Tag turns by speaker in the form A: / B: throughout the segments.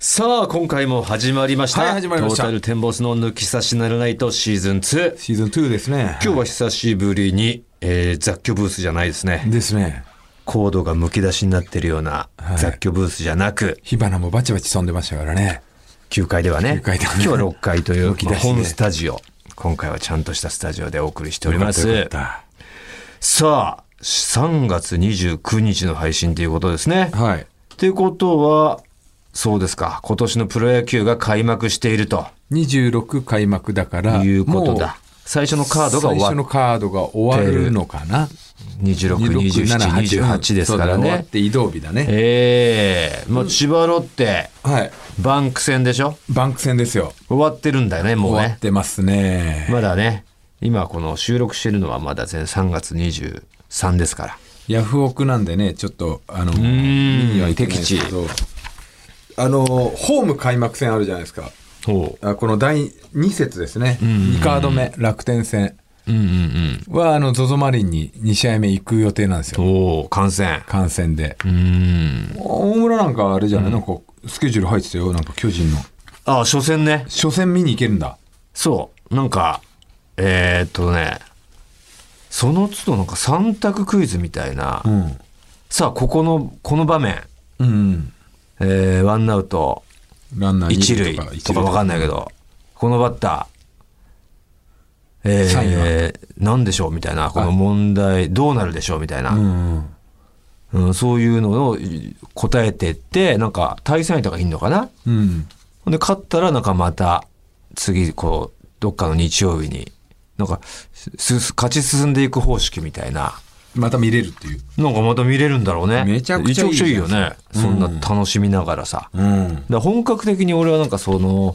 A: さあ、今回も始まりました。
B: はい始まりまし
A: ト
B: た
A: ータルテンボスの抜き差しならないとシーズン2。
B: シーズン2ですね。
A: 今日は久しぶりに、えー雑居ブースじゃないですね。
B: ですね。
A: コードがむき出しになってるような雑居ブースじゃなく、
B: 火花もバチバチ飛んでましたからね。
A: 9階ではね、
B: 9階ではね
A: 今日は6階という
B: むき出しで
A: 本スタジオ。今回はちゃんとしたスタジオでお送りしておりま
B: よ
A: す。
B: かっ
A: さあ、3月29日の配信ということですね
B: た。。はい。
A: ということは、そうですか、今年のプロ野球が開幕していると
B: 26開幕だから、
A: いうことだ
B: も。
A: 最初の
B: う
A: カードが終
B: 最初
A: わ
B: の
A: っ
B: カードが終わるのかな。
A: 26、27、28ですから
B: そうだ終わっ
A: ね。
B: て移動日だね。
A: ええもう千葉ロッテ、
B: はい。
A: バンク戦でしょ
B: バンク戦ですよ。
A: 終わってるんだよね、もう
B: 終わっ
A: ね。
B: てますね。
A: まだね、今この収録してるのはまだ全3月23ですから。
B: ヤフオクなんでね、ちょっと、あの、見
A: ん
B: には行けないですけど。あの、ホーム開幕戦あるじゃないですか。
A: ほ
B: あこの第2節ですね、2カード目、楽天戦
A: う。うんうん
B: は、あの、ZOZO マリンに2試合目行く予定なんです
A: うん。
B: よ、
A: おお感染。
B: 観戦で。
A: うーん。
B: 大村なんかあれじゃない、なんかスケジュール入ってたよ、なんか巨人の。
A: あ、初戦ね。
B: 初戦見に行けるんだ。
A: そう。なんか、えー、っとね、その都度なんか3択クイズみたいな、
B: うん。
A: さあ、ここの、この場面、
B: うん。
A: えー、ワンアウト、
B: ランナー
A: 一塁とかわかん
B: い。
A: ないけど、このバッター、え
B: サインは
A: ー、なんでしょうみたいな、この問題、どうなるでしょうみたいな、
B: う
A: うん
B: ん。
A: そういうのを答えてって、なんか、対戦相手がいいのかな
B: うん。
A: ほんで、勝ったら、なんかまた、次、こう、どっかの日曜日に、なんか、す、す勝ち進んでいく方式みたいな、
B: また見れるっていう。
A: なんかまた見れるんだろうね。
B: めちゃくちゃいいじゃん
A: めよね。そんな楽しみながらさ。だか
B: うん。
A: ら本格的に俺はなんかその、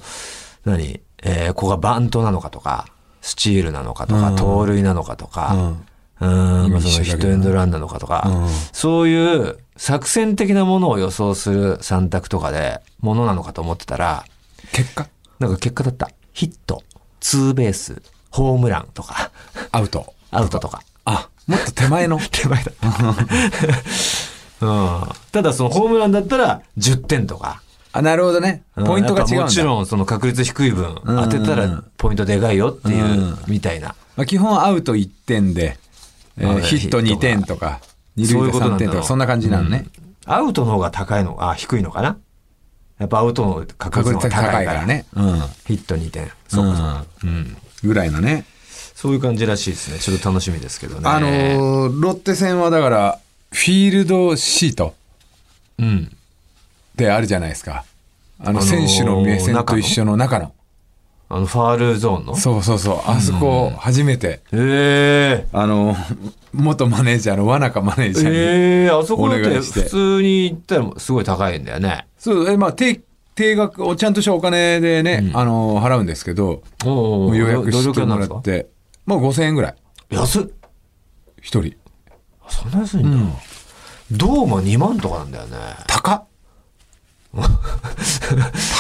A: 何、えー、ここがバントなのかとか、スチールなのかとか、盗塁なのかとか、うん、んまあそのヒットエンドランなのかとか、そういう作戦的なものを予想する3択とかで、ものなのかと思ってたら、
B: 結果、
A: なんか結果だった。ヒット、ツーベース、ホームランとか、
B: アウト。
A: アウトとか。
B: あ、もっと 手前の。
A: 手前だ った。うん、ただそのホームランだったら10点とか。
B: あ、なるほどね。
A: うん
B: ポイントが違うん
A: や
B: だ。
A: っぱもちろんその確率低い分当てたらポイントでかいよっていうみたいな。
B: まあ、基本アウト1点で、えー
A: はい
B: ヒット2点とか、二塁打3点とか、そんな感じなのね。
A: アウトの方が高いの、あ、低いのかなやっぱアウトの確率
B: 確
A: の
B: 率
A: 方
B: が
A: が高
B: 高い
A: いか
B: からら
A: ね。
B: ね。うん。
A: ヒット2点。
B: う
A: そうかそうか
B: ん。ぐらいのね。
A: そういう感じらしいですね。ちょっと楽しみですけどね。
B: あのーロッテ戦はだから、フィールドシート
A: うん。
B: ってあるじゃないですか。あ
A: あの
B: の、
A: ー
B: 選手の目線と一緒の中の。
A: あの、ファールゾーンの。
B: そうそうそう。あそこ、初めて、
A: ええ
B: あのー、元マネージャーの和中マネージャーに。
A: ええあそこだっ
B: お願
A: て
B: いして
A: 普通に行ったらすごい高いんだよね。
B: そう、え、まあ、定、定額をちゃんとしたお金でね、あのー払うんですけど、
A: おうおう
B: 予約してもら
A: どれ
B: っ
A: くら
B: て、まあ5000円ぐらい、
A: いなんですか安っ
B: 一人。
A: あそんな安いんだ、ドームは2万とかなんだよね
B: 高っ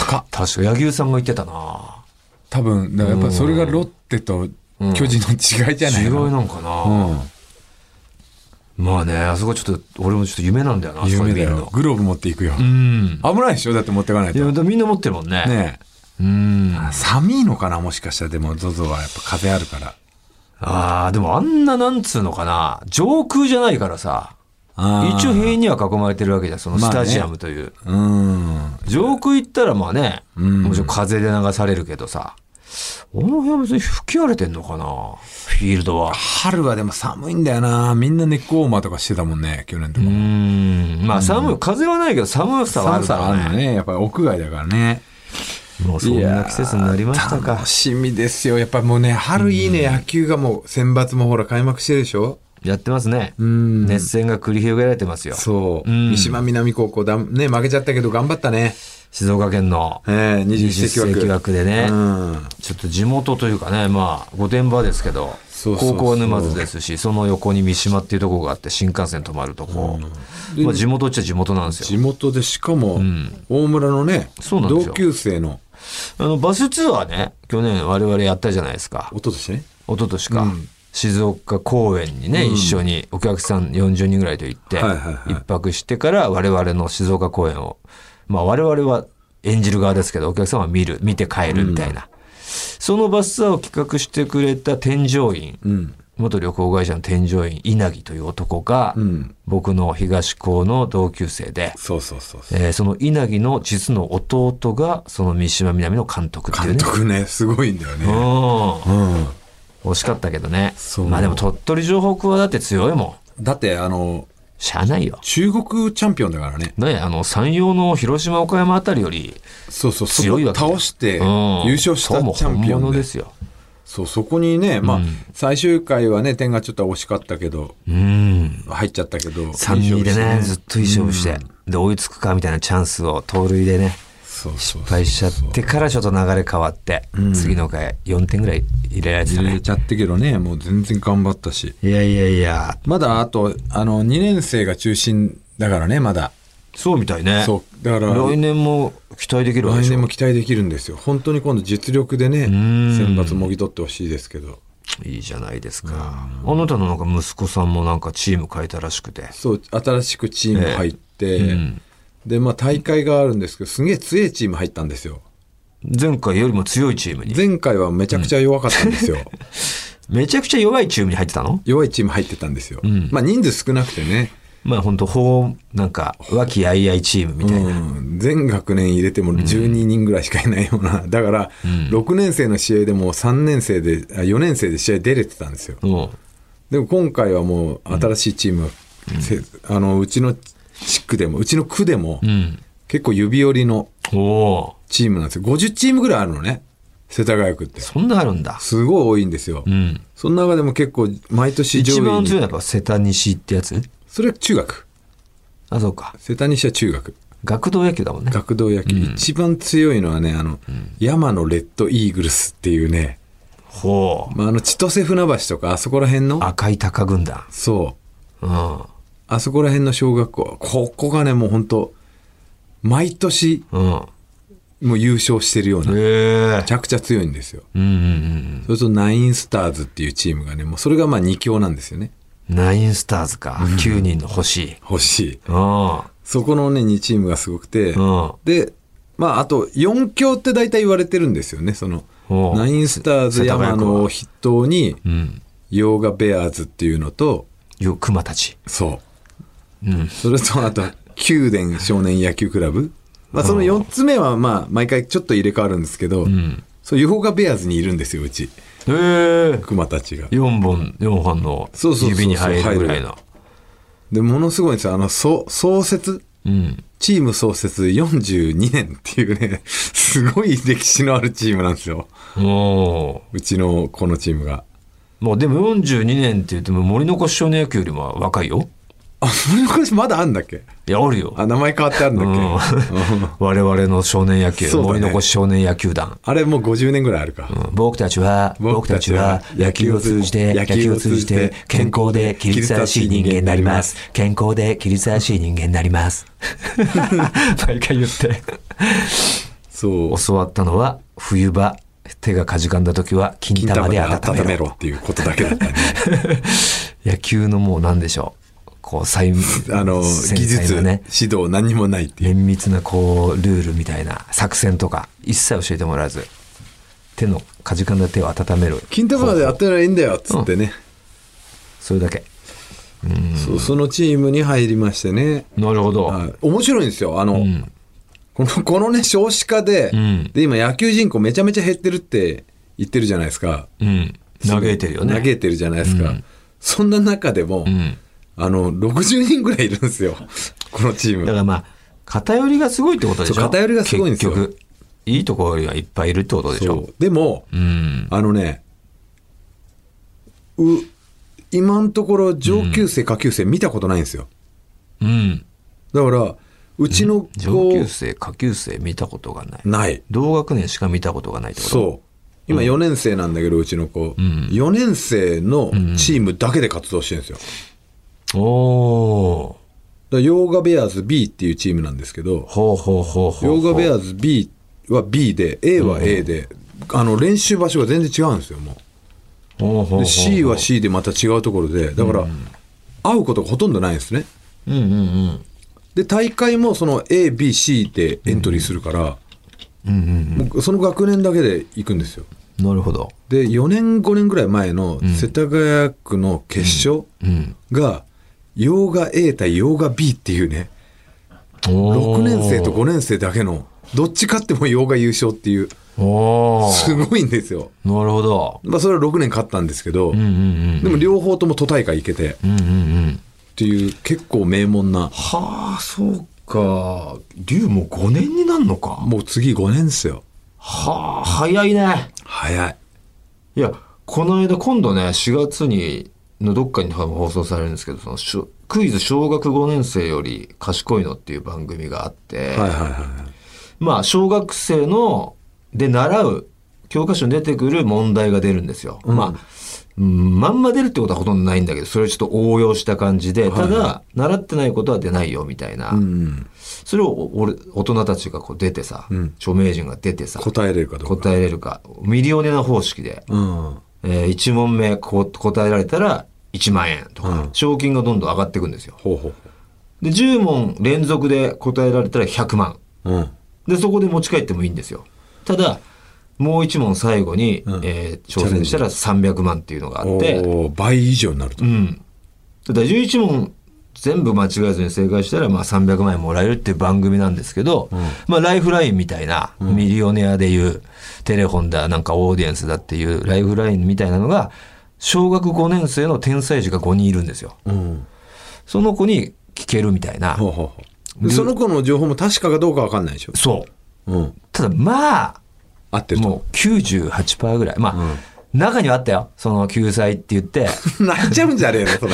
A: 高っ確か柳生さんが言ってたな
B: 多分、だからやっぱそれがロッテと巨人の違いじゃない
A: 違い
B: の、
A: なんかな、
B: うん、
A: まあねあそこちょっと俺もちょっと夢なんだよなあそこで
B: 夢
A: 見
B: だ
A: る
B: よ
A: の。
B: グローブ持っていくよ。
A: うん
B: 危ないでしょだって持ってかない
A: い
B: と。
A: や
B: ね
A: でもみんな持ってるもんね
B: え。
A: うんあ
B: 寒いのかなもしかしたら。でも、ZOZO はやっぱ風あるから。
A: あーでもあんななんつうのかな上空じゃないからさ
B: あ
A: 一応塀には囲まれてるわけじゃんそのスタジアムという、
B: ーうん。
A: 上空行ったらまあね、
B: ん
A: もちろん風で流されるけどさ、この辺は別に吹き荒れてんのかなフィールドは。
B: 春はでも寒いんだよな。みんなネックウォーマーとかしてたもんね、去年とか
A: うー。ん、まあ寒い、風はないけど寒さはあ
B: 寒
A: るか
B: さがある
A: ら
B: の
A: ね。
B: ね。やっぱり屋外だからね。
A: もうそんな季節になりました
B: いやー
A: か
B: 楽。しみですよ。やっぱもうね、春いいね、野球がもう、選抜もほら開幕してるでしょ
A: やってますね。
B: ん
A: 熱戦が繰り広げられてますよ。
B: そう。
A: うん
B: 三島南高校だ、ね、負けちゃったけど頑張ったね。
A: 静岡県の
B: ええ21
A: 20
B: 世紀
A: 世
B: 枠。
A: 紀枠でね、
B: うん。
A: ちょっと地元というかね、まあ御殿場ですけど、
B: そうそうそう
A: 高校は沼津ですし、その横に三島っていうところがあって新幹線止まるとこ。
B: で
A: まあ地元っちゃ地元なんですよ。
B: 地元でしかも、大村のね、
A: そうなんですよ
B: 同級生の
A: あのバスツアーね去年我々やったじゃないですか
B: 音としてね。
A: 一昨年か、静岡公園にね、一緒にお客さん40人ぐらいと行って、
B: はいはいはい
A: 一泊してから我々の静岡公演をまあ我々は演じる側ですけど、お客様は見る、見て帰るみたいな。そのバスツアーを企画してくれた添乗員、
B: うん。
A: 元旅行会社の添乗員、稲城という男が、
B: うん。
A: 僕の東高の同級生で、
B: そうそうそうそう。
A: えーその稲城の実の弟が、その三島みなみの監督っていう
B: 監
A: ね。
B: 督ね、すごいんだよね。
A: う
B: うん。
A: ん。惜しかったけどね。
B: そう
A: まあでも鳥取城北はだって強いもん。
B: だって、あの、
A: しゃあないよ。
B: 中国チャンピオンだからね。
A: ねあの、山陽の広島岡山あたりより、
B: そうそう、そ
A: 強い
B: こ
A: わけだ
B: 倒して
A: うん
B: 優勝した
A: そうも
B: チャ
A: 本
B: ンピオン
A: 物
B: で
A: ですよ。
B: そう、そこにね、まあ
A: うん、
B: 最終回はね、点がちょっと惜しかったけど、
A: うん。
B: 入っちゃったけど、
A: 3 2でね、ずっといい勝負して、
B: うん
A: で、追いつくかみたいなチャンスを盗塁でね、
B: そうそう
A: 失敗しちゃってからちょっと流れ変わって、
B: うん
A: 次の回4点ぐらい入れられてた
B: 入れ
A: ね。
B: ちゃったけどね、もう全然頑張ったし。
A: いやいやいや、
B: まだあと、あの、2年生が中心だからね、まだ。
A: そうみたいね。
B: そう、だから、
A: 来年も期待できるわけで
B: 来
A: しょ
B: 年も期待できるんですよ。本当に今度実力でね、
A: ん
B: 選抜もぎ取ってほしいですけど。
A: いいじゃないですか。あなたのなんか息子さんもなんかチーム変えたらしくて。
B: そう、新しくチーム入って、
A: うん
B: で、まあ大会があるんですけど、すげえ強いチーム入ったんですよ。
A: 前回よりも強いチームに。
B: 前回はめちゃくちゃ弱かったんですよ。
A: めちゃくちゃ弱いチームに入ってたの
B: 弱いチーム入ってたんですよ。
A: ん
B: まあ人数少なくてね、
A: まあ本当ほう、なんか、和気あいあいチームみたいな。
B: うん、全学年入れても12人ぐらいしかいないような、だから6年生の試合でも3年生で、あ4年生で試合出れてたんですよ。
A: うん。
B: でも今回はもう新しいチームは、せあのうちの地区でも、うちの区でも、
A: うん。
B: 結構指折りの
A: おお
B: チームなんですよ。50チームぐらいあるのね、世田谷区って
A: ー。そんなあるんだ。
B: すごい多いんですよ。
A: うん。
B: その中でも結構毎年上
A: 一
B: 位
A: 番強い
B: に。
A: のはやっぱ瀬田西ってやつ
B: それは中学。
A: あ、そうか。
B: 瀬田西は中学。
A: 学童野球だもんね。
B: 学童野球、一番強いのはね、あの、山のレッドイーグルスっていうね、
A: ほう。
B: まあ、あの、千歳船橋とか、あそこら辺の、
A: 赤い鷹軍団。
B: そう、
A: うん。
B: あそこら辺の小学校、ここがね、もう本当毎年、
A: うん。
B: もう優勝してるような、め
A: へえ
B: ち。ゃくちゃ強いんですよ。
A: うんうん
B: それと、ナインスターズっていうチームがね、もうそれがまあ2強なんですよね。
A: うん。ナインスターズか。9人の星。
B: 欲しい。
A: うん。うん。
B: そこのね、2チームがすごくて、で、まあ、あと、4強って大体言われてるんですよね、その、
A: おう
B: ナインスターズ
A: 世田
B: 山
A: 谷区は
B: のを筆頭に、
A: うん。
B: ヨーガベアーズっていうのと、
A: よ、熊たち。
B: そ
A: う
B: う。
A: ん。
B: それとあと、宮殿少年野球クラブ。まあ、その4つ目は、まあ、毎回ちょっと入れ替わるんですけど、
A: うん。
B: そう、ヨーガベアーズにいるんですよ、うち、
A: へえ。
B: 熊たちが。
A: 4本、四本の
B: そうそうそうそう
A: 指に入るぐらいの。
B: で、ものすごいんですよ。あの、そう創設、
A: うん。
B: チーム創設42年っていうね、 すごい歴史のあるチームなんですよ。
A: おー
B: うちのこのチームが。
A: もうでも42年って言っても森の越少年野球よりも若いよ。
B: あ、それ昔まだあんだっけ
A: いや、おるよ。
B: あ、名前変わってあるんだっ
A: う
B: け、
A: ん
B: うん
A: 我々の少年野球、
B: そうだね
A: 森の越少年野球団。
B: あれもう50年ぐらいあるか。
A: うん僕たちは、僕
B: 僕
A: た
B: た
A: ち
B: ち
A: は
B: は
A: 野球を通じて、野
B: 野
A: 球
B: 球
A: を
B: を
A: 通
B: 通
A: じ
B: じ
A: て
B: て
A: 健康で規律正しい人間になります。健康で規律正しい人間になり ます。毎回言って。
B: そう。
A: 教わったのは、冬場、手がかじかんだ時は、金
B: 金
A: 玉
B: 玉
A: で
B: で
A: 温め
B: 温め
A: ろ。
B: ろっていうことだけだっ たね。
A: 野球のもう何でしょう。こう、細
B: あ
A: 繊
B: の、
A: 細な
B: 技術、
A: ね
B: 指。導何にもないっていう。
A: 綿密なこうルールみたいな作戦とか一切教えてもらえず手のかじかんだ手を温める
B: 金玉で当てられいいんだよっつってね、
A: それだけ
B: そうそのチームに入りましてね、
A: なるほど
B: はい面白いんですよあの、
A: うん
B: このこのね少子化で,、
A: うん
B: で今野球人口めちゃめちゃ減ってるって言ってるじゃないですか
A: うん嘆いてるよね
B: 嘆いてるじゃないですか、
A: うん
B: そんな中でも、
A: うん
B: あの60人ぐらいいるんですよ このチー
A: だか
B: ム
A: らまあ偏りがすごいってことでしょ
B: そう偏りがすごいんですよ
A: 結局いいところがいっぱいいるってことでし
B: そ
A: ょ
B: うでも、
A: うん
B: あのねう今のところ上級生下級生見たことないんですよ、
A: うん
B: だからうちの子、
A: 上級生下級生見たことがない
B: ない
A: 同学年しか見たことがないってことう
B: そう。今4年生なんだけど、うちの子。
A: ん
B: 4年生のチームだけで活動してるんですよ。
A: おー
B: だからヨーガベアーズ B っていうチームなんですけど、
A: ほうほうほうほう
B: ヨーガベア
A: ア
B: ーズ B は B で、A は A で、あの、練習場所が全然違うんですよ、も
A: ほうほうほう
B: う。で、C は C でまた違うところで、だから、会うことがほとんどないんですね。
A: うんうんうん
B: で、大会もその A、B、C でエントリーするから、
A: うんうん
B: もうその学年だけで行くんですよ
A: うん。なるほど。
B: で4年5年ぐらい前の世田谷区の決勝
A: うん。
B: が洋画 A 対洋画 B っていうね
A: 6
B: 6年生と5年生だけのどっち勝っても洋画優勝っていう
A: おー
B: すごいんですよ、
A: なるほど。
B: まあ、それは6年勝ったんですけど、
A: うんうんうん。
B: でも両方とも都大会行けてっ
A: うんうんうん。
B: ていう結構名門な
A: はあ、そうか。龍も5年になるのか。
B: もう次5年ですよ
A: はあ、早いね。
B: 早い
A: いや、この間、今度ね、4月に、のどっかに多分放送されるんですけど、そのしょクイズ小学5年生より賢いのっていう番組があって、
B: はいはいは
A: まあ、小学生の、で習う、教科書に出てくる問題が出るんですよ。まあ、うんまんま出るってことはほとんどないんだけど、それをちょっと応用した感じで、ただ、習ってないことは出ないよ、みたいな。
B: い、うん、
A: それをお俺、大人たちがこう出てさ、
B: うん
A: 著名人が出てさ、
B: 答えれるかどうか
A: 答えれるか、ミリオネナ方式で、
B: うん
A: え1問目こう答えられたら1万円とか、
B: うん
A: 賞金がどんどん上がっていくんですよ。
B: ほうほ
A: で、10問連続で答えられたら100万。
B: ううん
A: で、そこで持ち帰ってもいいんですよ。ただ、もう1問最後に、
B: うん
A: えー挑戦したら300万っていうのがあって、
B: おー倍以上になると、
A: うん。だから11問全部間違えずに正解したら、まあ300万円もらえるっていう番組なんですけど、まあライフラインみたいな、ミリオネアでいう、テレフォンだ、なんかオーディエンスだっていうライフラインみたいなのが、小学5年生の天才児が5人いるんですよ。
B: うん、
A: その子に聞けるみたいな。
B: ほうほうほうでその子の情報も確かかどうかわかんないでしょ、
A: そう。
B: うん、
A: ただまあ、
B: 合ってると
A: もう98%ぐらい。まあ、中にはあったよ。その救済って言っ て、
B: 泣いちゃうんじゃねえのそれ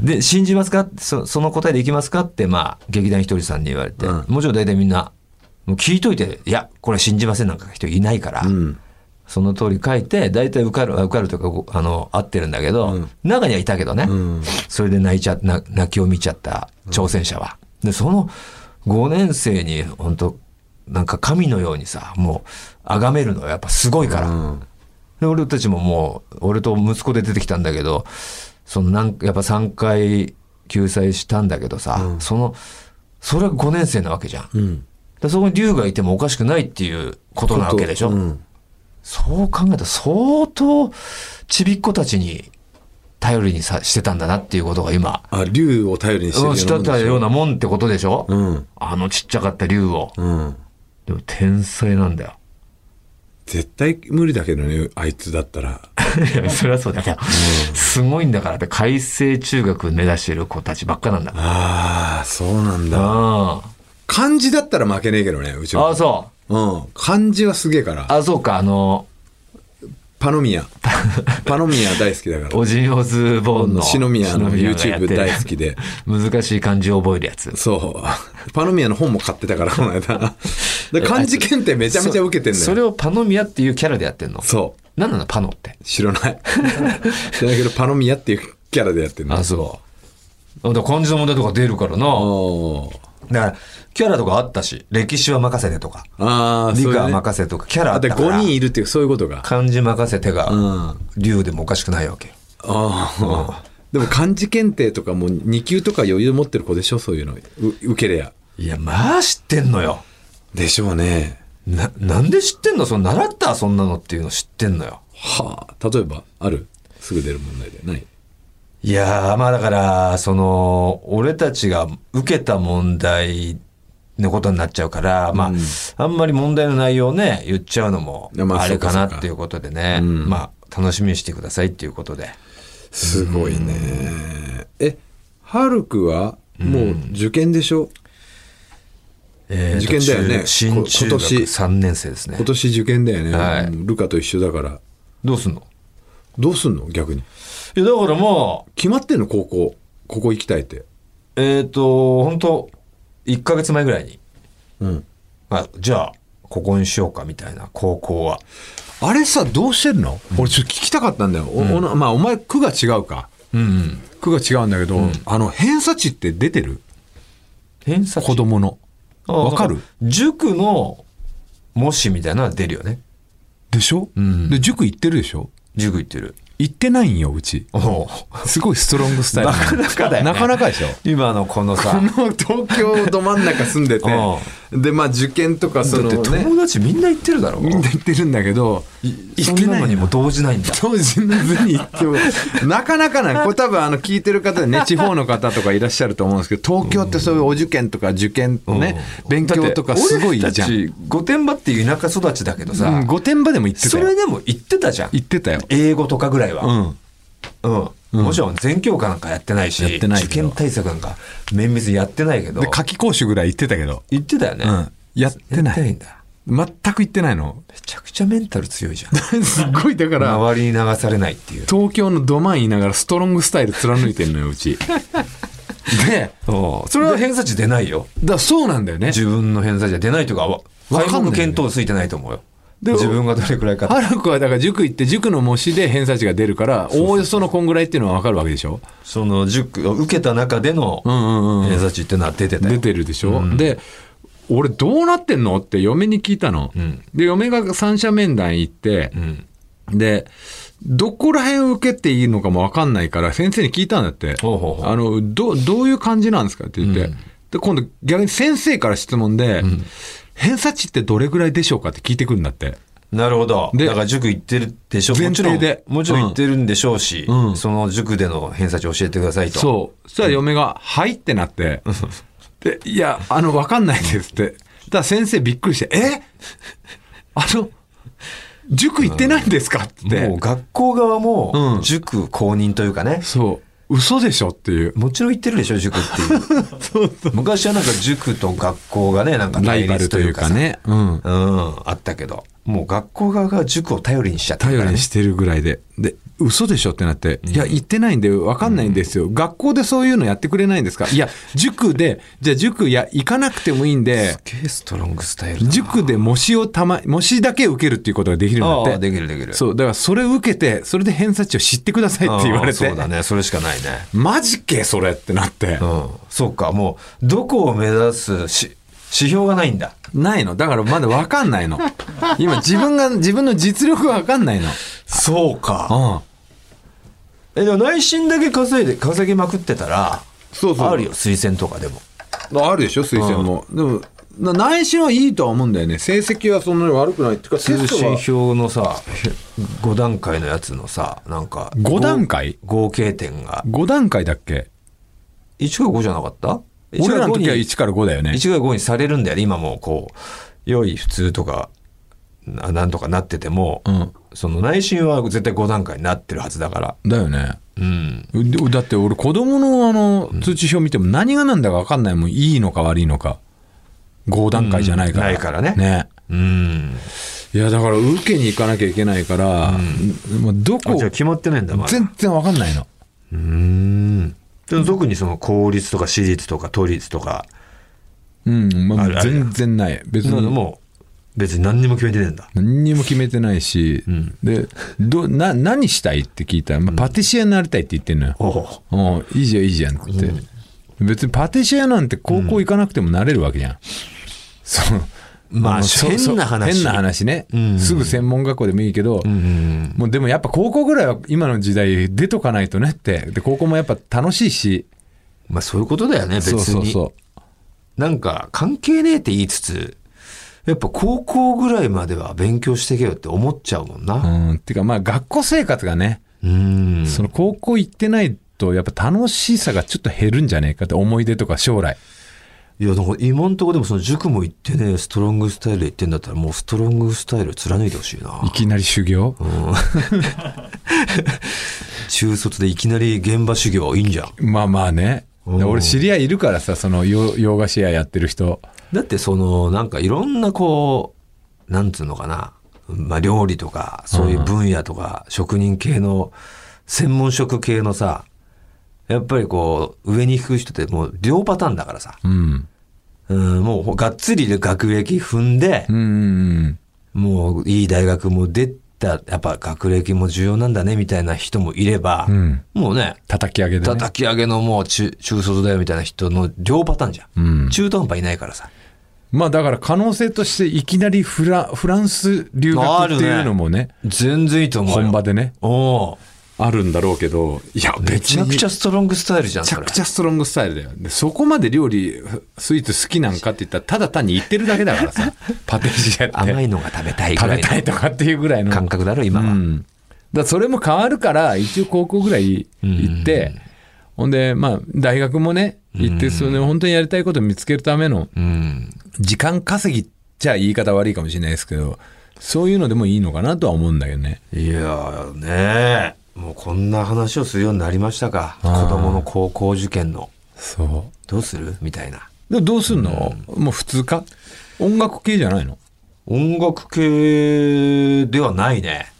A: で、信じますかそその答えでいきますかって、まあ、劇団ひとりさんに言われて、
B: うん
A: もちろん大体みんな、もう聞いといて、いや、これ信じませんなんか人いないから、
B: うん
A: その通り書いて、大体受かる、受かるとか、ごあの、合ってるんだけど、中にはいたけどね、
B: うん
A: それで泣いちゃ、な泣きを見ちゃった挑戦者は。で、その5年生に、本当なんか神のようにさ、もう、崇めるのはやっぱすごいから。
B: うん
A: で俺たちももう俺と息子で出てきたんだけどそのなんやっぱ3回救済したんだけどさ、そのそれは5年生なわけじゃん、
B: うん
A: でそこに龍がいてもおかしくないっていうことなわけでしょ、
B: うん
A: そう考えたら相当ちびっ子たちに頼りにさしてたんだなっていうことが今
B: あ竜を頼りにしてる
A: うんしてたようなもんってことでしょ、
B: うん
A: あのちっちゃかった龍を
B: うん
A: でも天才なんだよ
B: 絶対無理だけどねあいつだったら
A: いやそりゃそうだけど、すごいんだからって開成中学目指してる子たちばっかなんだから
B: ああそうなんだ
A: あ
B: 漢字だったら負けねえけどねうち
A: あ、
B: は
A: そう。
B: うん漢字はすげえから
A: あ、そうか、あの、
B: パノミヤパノミヤ大好きだから
A: オジンオズボーンの。
B: シノミヤの
A: シノミヤがやってる
B: YouTube 大好きで。
A: 難しい漢字を覚えるやつ。
B: そう。パノミヤの本も買ってたから、こ の間。で漢字検定めちゃめちゃ受けてん
A: そ
B: だ
A: それ
B: よ。
A: をパノミヤっていうキャラでやってんの。
B: そう。
A: なんなのパノって。
B: 知らない。知らないけど、パノミヤっていうキャラでやってんだ
A: あ、そう。だから漢字の問題とか出るからな。
B: おー
A: だから、キャラとかあったし、歴史は任せてとか、
B: ああ、
A: 理
B: そう
A: 科
B: いう
A: は
B: ね。
A: 任せてとか、キャラあ
B: あ
A: っ
B: と
A: たか
B: 5
A: ら、
B: 人いるっていう、そういうことが。
A: 漢字任せて
B: うん。
A: が、
B: あ
A: 竜でもおかしくないわけ。
B: あー。でも漢字検定とかも2級とか余裕持ってる子でしょ、そういうの。う受けりゃ。
A: いや、まあ知ってんのよ。
B: でしょうね。
A: な、なんで知ってんのその習ったそんなのっていうの知ってんのよ。
B: はあ。例えば、あるすぐ出る問題で。ない。
A: いやー、まあだから、その、俺たちが受けた問題のことになっちゃうから、まあ、あんまり問題の内容ね、言っちゃうのも
B: いや、まあ
A: あれかな
B: そうかそうか
A: っていうことでね、
B: うん
A: まあ、楽しみにしてくださいっていうことで。
B: すごいね。え、ハルクはもう受験でしょ、
A: え
B: 受験だよね
A: 中新
B: こ
A: 中
B: 今
A: 学
B: 年
A: 3年生ですね
B: 今。年受験だよね、
A: はい
B: もうルカと一緒だから。
A: どうすんの
B: どうすんの逆に。
A: いや、だからも
B: 決まってんの高校。ここ行きたいって。
A: う、えっ、と、本当1ヶ月前ぐらいに、
B: うん。
A: あ、じゃあ、ここにしようかみたいな、高校は。
B: あれさ、どうしてるの、俺ちょっと聞きたかったんだよ。おおなまあ、お前、区が違うか。
A: うんうん。
B: 区が違うんだけど、あの、偏差値って出てる
A: 偏差値
B: 子供の。
A: あ
B: わかる
A: なん塾の模試みたいなのは出るよね。
B: でしょ、
A: ん
B: で、塾行ってるでしょ
A: 塾行ってる。
B: 行ってないんよ、うち。
A: おう
B: すごいストロングスタイル。
A: なかなかだよね
B: なかなかでしょ
A: 今のこのさ
B: こ、の東京ど真ん中住んでて
A: うん、
B: でまあ受験と かそ
A: だ
B: の
A: って
B: ね
A: 友達みんな行ってるだろ
B: みんな言ってるんだけど
A: そんなのにも動じないんだ
B: 当時の図に行 ってもなかなかないこれ多分あの聞いてる方でね 地方の方とかいらっしゃると思うんですけど東京ってそういうお受験とか受験ね勉強とかすごいじ
A: だ
B: ゃ
A: って
B: ん
A: 俺たち御殿場っていう田舎育ちだけどさ、
B: うん御殿場でも行ってた
A: そ
B: よ
A: れでも行ってたじゃん
B: 行ってたよ
A: 英語とかぐらいは、
B: うん
A: うんもちろん全教科なんかやってないし
B: やってないけ
A: 受
B: ど
A: 験対策なんか綿密にやってないけど
B: で夏期講習ぐらい行ってたけど
A: 言ってたよね、
B: うんやってない
A: やんだ
B: 全く行ってないの
A: めちゃくちゃメンタル強いじゃん
B: すごいだから
A: 周りに流されないっていう
B: 東京のど真ん言いながらストロングスタイル貫いてんのよう ちで
A: おうそれは偏差値出ないよ
B: だそうなんだよね
A: 自分の偏差値は出ないというかわ
B: わかんない
A: 解放の見当ついてないと思うよ
B: で
A: 自分がどれくら いか
B: ハルクはだから塾行って塾の模試で偏差値が出るからおおよそのこんぐらいっていうのは分かるわけでしょ
A: その塾を受けた中での
B: うんうんうん
A: 偏差値ってのは出てたよ
B: 出てるでしょ、で俺どうなってんのって嫁に聞いたの、
A: ん
B: で嫁が三者面談行って、
A: うん
B: でどこら辺受けていいのかも分かんないから先生に聞いたんだって
A: ほうほうほう
B: あのどどういう感じなんですかって言って、
A: うん
B: で今度逆に先生から質問で、偏差値ってどれぐらいでしょうかって聞いてくるんだって
A: なるほど。
B: で
A: だから塾行ってるでしょ
B: 前
A: もちろ
B: 提
A: ん
B: で、
A: もちろん行ってるんでしょうし、
B: うん
A: その塾での偏差値教えてくださいと。
B: そう。そしたら嫁が、はいってなって、で、いや、あの、わかんないですって。ただ先生びっくりして、えあの、塾行ってないんですかって言
A: も
B: っ
A: う
B: て。
A: 学校側
B: う
A: も
B: ん、
A: 塾公認というかね、
B: そう。嘘でしょっていう。
A: もちろん行ってるでしょ、塾って いう。昔はなんか塾と学校がね、なんか
B: ライ
A: 対
B: バ
A: 立
B: ルと
A: と
B: い
A: いううか
B: か
A: さ
B: ね。う
A: う
B: ん。
A: ん、あったけど、もう学校側が塾を頼りにしちゃったから、ね。
B: 頼りにしてるぐらいで。で、嘘でしょってなって、いや、行ってないんでわかんないんですよ。学校でそういうのやってくれないんですかいや、塾で、じゃあ塾や、行かなくてもいいんで、
A: すげえストロングスタイルだな。
B: 塾で模試をたま、模試だけ受けるっていうことができるんだっ
A: あ
B: て
A: あ、。できるできる。う
B: そう、だからそれを受けて、それで偏差値を知ってくださいって言われて、
A: そうだね、それしかないね。
B: マジけそれってなって、
A: うん、そうか、もう、どこを目指すし指標がないんだ。
B: ないの。だからまだ分かんない の。今自分が、自分の実力が分かんないの。
A: そうか
B: うん。
A: えでも内心だけ稼いで稼ぎまくってたら
B: そうそう
A: あるよ推薦とかでも
B: あるでしょ、推薦も。でも、な内心はいいとは思うんだよね。成績はそんなに悪くない。ってか、
A: 通信表のさ5段階のやつのさなんか
B: 五段階
A: 合合計点が
B: 5段階だっけ
A: 1が5じゃなかった
B: 俺らの時は
A: 1
B: 1から5だよね。
A: が5にされるんだよね今もうこう良い普通とかななんとかなってても、
B: うん
A: その内心は絶対5段階になってるはずだから
B: だよね。
A: うん
B: でだって俺子供のあの通知表見ても何が何だか分かんないもんいいのか悪いのか5段階じゃないから、
A: うんないからね
B: ね
A: うん
B: いやだから受けに行かなきゃいけないから、もう
A: あ
B: どこ
A: じゃあ
B: 全
A: 決まってないんだまだ
B: 然分かんないの
A: うんでも特にその公立とか私立とか都立とか
B: うん、まあ
A: あるある
B: 全然ない別
A: なの
B: に
A: もう別に何にも決めてねえんだ
B: 何にも決めてないし、でどな何したいって聞いたら、まあ、パティシエになりたいって言ってんのよ、
A: おお
B: おういいじゃんいいじゃんって、別にパティシエなんて高校行かなくてもなれるわけじゃん、そう
A: まあ
B: のそうそ
A: 変
B: う
A: な話
B: 変な話ね、
A: うん
B: すぐ専門学校でもいいけど、
A: うん
B: もうでもやっぱ高校ぐらいは今の時代出とかないとねってで高校もやっぱ楽しいし
A: まあそういうことだよね別
B: そう
A: に
B: そうそ
A: なんか関係ねえって言いつつやっぱ高校ぐらいまでは勉強してけよって思っちゃうもん
B: うう
A: なん
B: ていうかまあ学校生活がね、
A: うん
B: その高校行ってないとやっぱ楽しさがちょっと減るんじゃねえかって思い出とか将来
A: いやなんか今んとこでもその塾も行ってねストロングスタイル行ってんだったらもうストロングスタイル貫いてほしいない
B: きなり修行、
A: 中卒でいきなり現場修行はいいんじゃん
B: まあまあね
A: うん
B: で俺知り合いいるからさその洋洋菓子屋やってる人
A: だってそのなんかいろんなこうなんつうのかな、まあ、料理とかそういう分野とか、職人系の専門職系のさやっぱりこう上に引く人ってもう両パターンだからさ、
B: うん
A: うん、もうがっつり学歴踏んで
B: う、んうん
A: もういい大学も出たやっぱ学歴も重要なんだねみたいな人もいれば、
B: うん
A: もうね
B: 叩き上げで、ね、
A: 叩き上げのもう中中卒だよみたいな人の両パターンじゃん、
B: うん
A: 中途半端いないからさ
B: まあだから可能性としていきなりフラフランス留学っていうのもね
A: 全然いいと思うよ
B: 本場でね
A: おお
B: あるんだろうけど、いや、
A: めちゃくちゃ
B: め
A: ストロングスタイルじゃん、
B: ち
A: そ
B: ゃ
A: れ
B: く。ちゃストロングスタイルだよ。でそこまで料理、スイーツ好きなんかって言ったら、ただ単に言ってるだけだから さ、パティシエって。
A: 甘いのが食べたいぐ
B: 食
A: ら
B: べ
A: いの
B: たいとかっていうぐらいの。
A: 感覚だろ、今
B: う
A: は。
B: ん、だからそれも変わるから一応高校ぐらい行って、ほんでまあ大学もね行ってその本当にやりたいことを見つけるための
A: うん。
B: 時間稼ぎっちゃ言い方悪いかもしれないですけどそういうのでもいいのかなとは思うんだけどね
A: いやーねえもうこんな話をするようになりましたか。子供の高校受験の。
B: そ
A: どうするみたいな。
B: うでどうすんの、もう普通か音楽系じゃないの
A: 音楽系ではないね。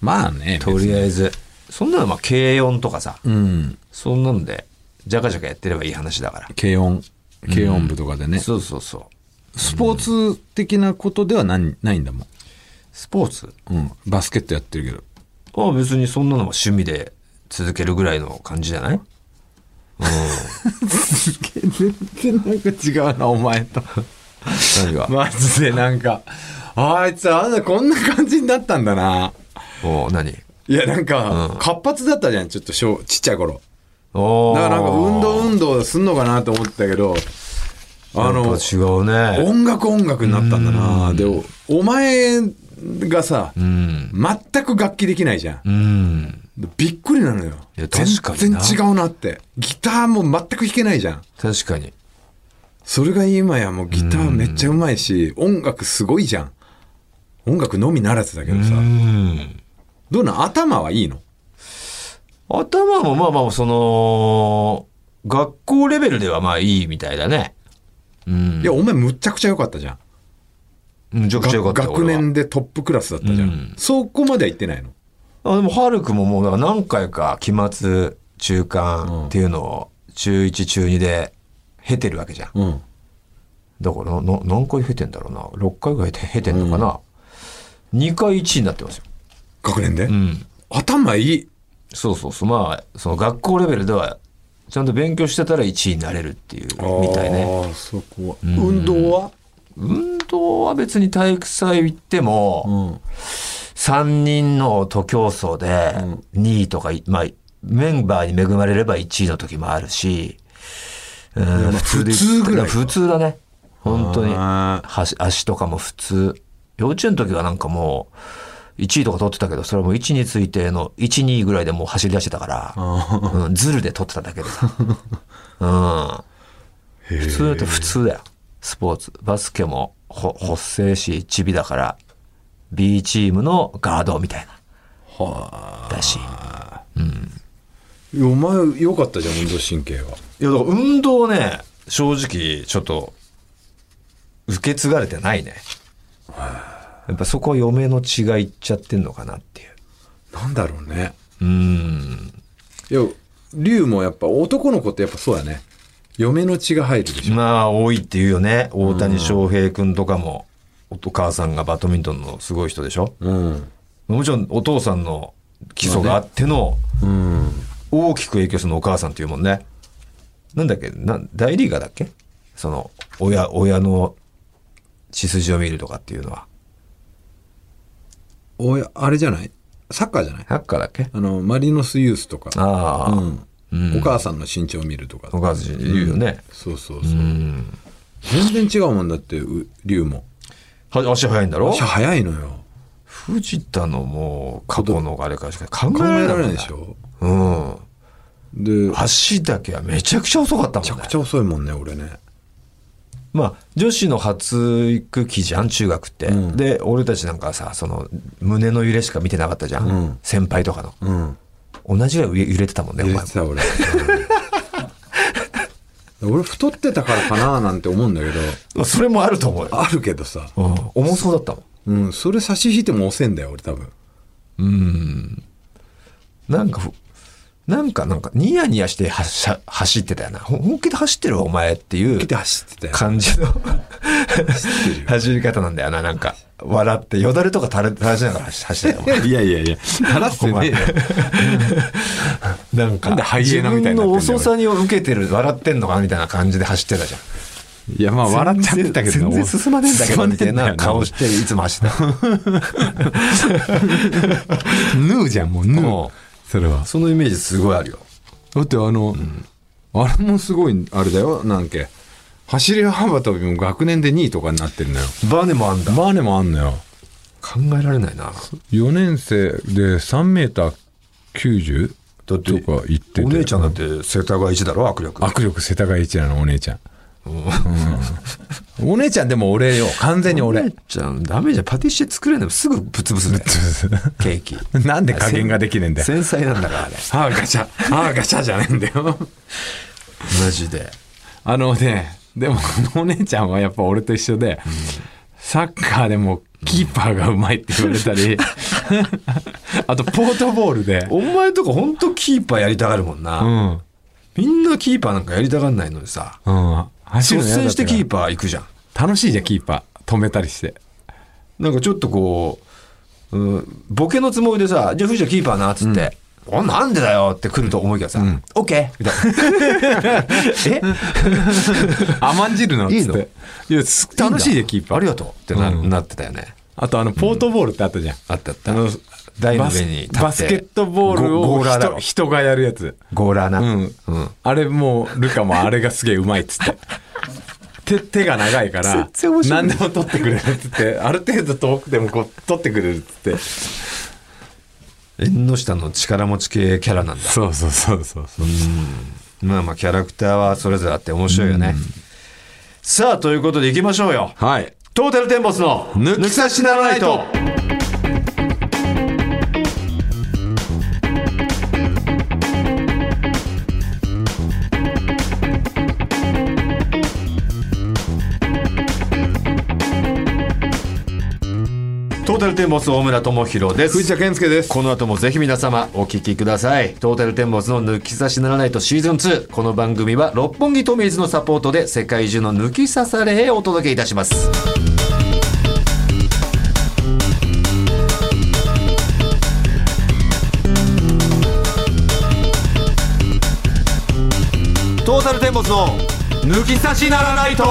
B: まあね
A: とりあえず。そんなのまあ軽音とかさ。
B: うん
A: そんなので、じゃかじゃかやってればいい話だから。
B: 軽音軽音部とかでね、
A: そうそうそう。
B: スポーツ的なことではないないんだもん、
A: スポーツ
B: うん、バスケットやってるけど
A: ああ別にそんなのは趣味で続けるぐらいの感じじゃない
B: すげえ全然なんか違うなお前と
A: 何 が、
B: マジでなんかあいつあんなこんな感じになったんだな
A: おう何
B: いやなんか、
A: うん
B: 活発だったじゃんちょっと小ちっちゃい頃
A: お
B: だ
A: う
B: からなんか運動運動すんのかなと思ってたけどあ
A: や
B: の
A: っぱ違うね。
B: 音楽音楽になったんだなでおお前がさ、
A: うん。
B: 全く楽器できないじゃん
A: うん。
B: びっくりなのよ
A: いや
B: 全
A: 確かに
B: 然
A: な
B: 違うなってギターも全く弾けないじゃん
A: 確かに。
B: それが今やもうギターめっちゃうまいし、音楽すごいじゃん。音楽のみならずだけどさ。
A: うん。
B: どうなん頭はいいの
A: 頭もまあまあ、その、学校レベルではまあいいみたいだね。うん
B: い。や、お前むっちゃくちゃ良かったじゃん。
A: めちゃくちゃよかったよ
B: 学
A: 俺は
B: 年でトップクラスだったじゃん。
A: うん
B: そこまでは行ってないの。
A: あでも、ハルクももうだから何回か期末、中間っていうのを、中1、中2で経てるわけじゃん。
B: うん。
A: だからな、何回経てんだろうな。6回ぐらい経てんのかな。2回1位になってますよ。
B: 学年で、
A: うん。
B: 頭いい。
A: そうそうそう。まあ、その学校レベルでは、ちゃんと勉強してたら1位になれるっていう、みたいね。
B: ああ、そこは。運動は
A: 運動は別に体育祭行っても、
B: うん。
A: 3人の徒競走で2位とか、まあ、メンバーに恵まれれば1位の時もあるし、うん
B: まあ
A: で
B: 普通ぐらいか
A: 普通だね。本当に。
B: あ
A: 足足とかも普通。幼稚園の時はなんかもう、1位とか取ってたけど、それはもう1についての1、2位ぐらいでもう走り出してたから、
B: あ
A: うん、ズルで取ってただけで さ。うん。
B: ー。
A: 普
B: 普
A: 通だと普通だよ。スポーツ。バスケも、ほ、発生し、チビだから、B チームのガードみたいな。だし。
B: お前良かったじゃん、運動神経は。
A: いや、だから運動ね、正直、ちょっと、受け継がれてないね。やっぱそこは嫁の血がいっちゃってんのかなっていう。
B: なんだろうね。
A: うん。
B: いや、龍もやっぱ男の子ってやっぱそうだね。嫁の血が入るでしょ。
A: まあ、多いっていうよね。大谷翔平くんとかも、お母さんがバドミントンのすごい人でしょ
B: うん。
A: もちろんお父さんの基礎があっての、
B: うん。
A: 大きく影響するのお母さんっていうもんね。なんだっけな大リーガーだっけその、親、親の血筋を見るとかっていうのは。
B: おや、あれじゃないサッカーじゃない
A: ハッカーだっけ
B: あの、マリノスユースとか。
A: ああ、
B: うん。
A: うん
B: お母さんの身長を見るとか。
A: お母さん言うよね。
B: そうそうそう。
A: うん。
B: 全然違うもんだって、う龍も。
A: は足早いんだろ
B: 足早いのよ。
A: 藤田のもう過去のあれからしか考え
B: 考
A: ら
B: え
A: れな
B: ら
A: い
B: れないでし。ょ
A: うん。
B: で、め
A: 足だけはめちゃくちゃ遅かった
B: ちゃ
A: もんね
B: く。ちゃ遅いもんね、俺ね。
A: まあ、女子の発育期じゃん、中学って。
B: うん
A: で、俺たちなんかさ、その、胸の揺れしか見てなかったじゃん。
B: うん
A: 先輩とかの。
B: うん。
A: 同じぐらい揺れてたもんね、お
B: 入
A: 前
B: れ
A: も
B: て。た、俺。うん俺太ってたからかななんて思うんだけど、
A: まあそれもあると思うよ。
B: あるけどさ。
A: うん、重そうだったもん。
B: うん、それ差し引いても遅いんだよ、俺多分。
A: なんかふ、なんか、なんか、ニヤニヤしてはしゃ走ってたよな。ほ本気で走ってるわ、お前ってい
B: 来
A: う
B: て走ってたよ。
A: 感じの
B: 走ってるよ
A: 走り方なんだよな、なんか。笑って、よだれとか垂れ垂らしながら走走ってたよ、お前。
B: いやいやいや、垂らしてねえよ。
A: なんか
B: なんでハイエナみたいになってんだよ
A: 自分の遅さにを受けてる、笑ってんのかなみたいな感じで走ってたじゃん。
B: いや、まあ、笑っちゃってたけ
A: 全
B: ど。
A: 然進まねえんだけど、みたいな顔してて、いつも走ってた。
B: ヌーじゃん、もう、ヌ
A: もう。
B: ーそれは
A: そ のイメージすごいあるよ。
B: だってあの、あれもすごいあれだよなんけ走り幅跳びも学年で2位とかになってるのよ
A: バネもあんだ。
B: バネもあんのよ
A: 考えられないな。
B: 4年生で3メーター90
A: だ
B: と
A: って
B: か言ってて
A: お姉ちゃんだって世田谷一だろ、握力。
B: 握力世田谷一なのお姉ちゃん、うんお姉ちゃんでも俺よ完全に
A: お
B: 俺
A: 姉ちゃん、ダメじゃん。パティシエ作れないすぐぶっ潰すね。 ケーキ。
B: なんで加減ができねえんだ よ
A: 繊細なんだから、あれ。
B: ああガチャああガチャじゃねえんだよ
A: マジで。
B: あのねでもお姉ちゃんはやっぱ俺と一緒で、サッカーでもキーパーがうまいって言われたり あとポートボールで
A: お前とかほんとキーパーやりたがるもんな。
B: うん
A: みんなキーパーなんかやりたがんないのにさ。
B: うん走
A: 率
B: るの嫌だ
A: 先
B: っ
A: したて
B: から
A: キーパー行くじゃん。
B: 楽しいじゃんキーパー止めたりして
A: なんかちょっとこう、うん、ボケのつもりでさ、じゃあ藤田キーパーな、っつって、おなんでだよって来ると思いきやさ、オッケーみた いな。
B: 甘んじるのっつって
A: いいの
B: いやす
A: え
B: 楽しいでキーパー
A: ありがとうってな,、
B: うん
A: なってたよね。
B: あとあのポートボールってあったじゃん、
A: あったあった。
B: あの
A: 台の
B: バス
A: 上に立って
B: バスケットボール
A: ゴゴ
B: を
A: ーラーだ
B: 人
A: ろ
B: 人がやるやつ
A: ゴーラーな。
B: うん、あれもうルカもあれがすげえうまいっつって手手が長いから
A: 全然面白い
B: 何でも取ってくれるっつってある程度遠くでもこう取ってくれるっつって
A: 縁の下の力持ち系キャラなんだ。
B: そうそうそうそうそう
A: まあまあ、キャラクターはそれぞれあって面白いよね。さあ、ということで行きましょうよ。
B: はい
A: トータルテンボスの
B: 抜き差しならないと
A: トータルテンボス大村智弘です
B: 藤田健介です
A: この後もぜひ皆様お聞きください。トータルテンボスの抜き差しならないとシーズン2。この番組は六本木トミーズのサポートで世界中の抜き差されへお届けいたします。トータルテンボスの
B: 抜き差しならないと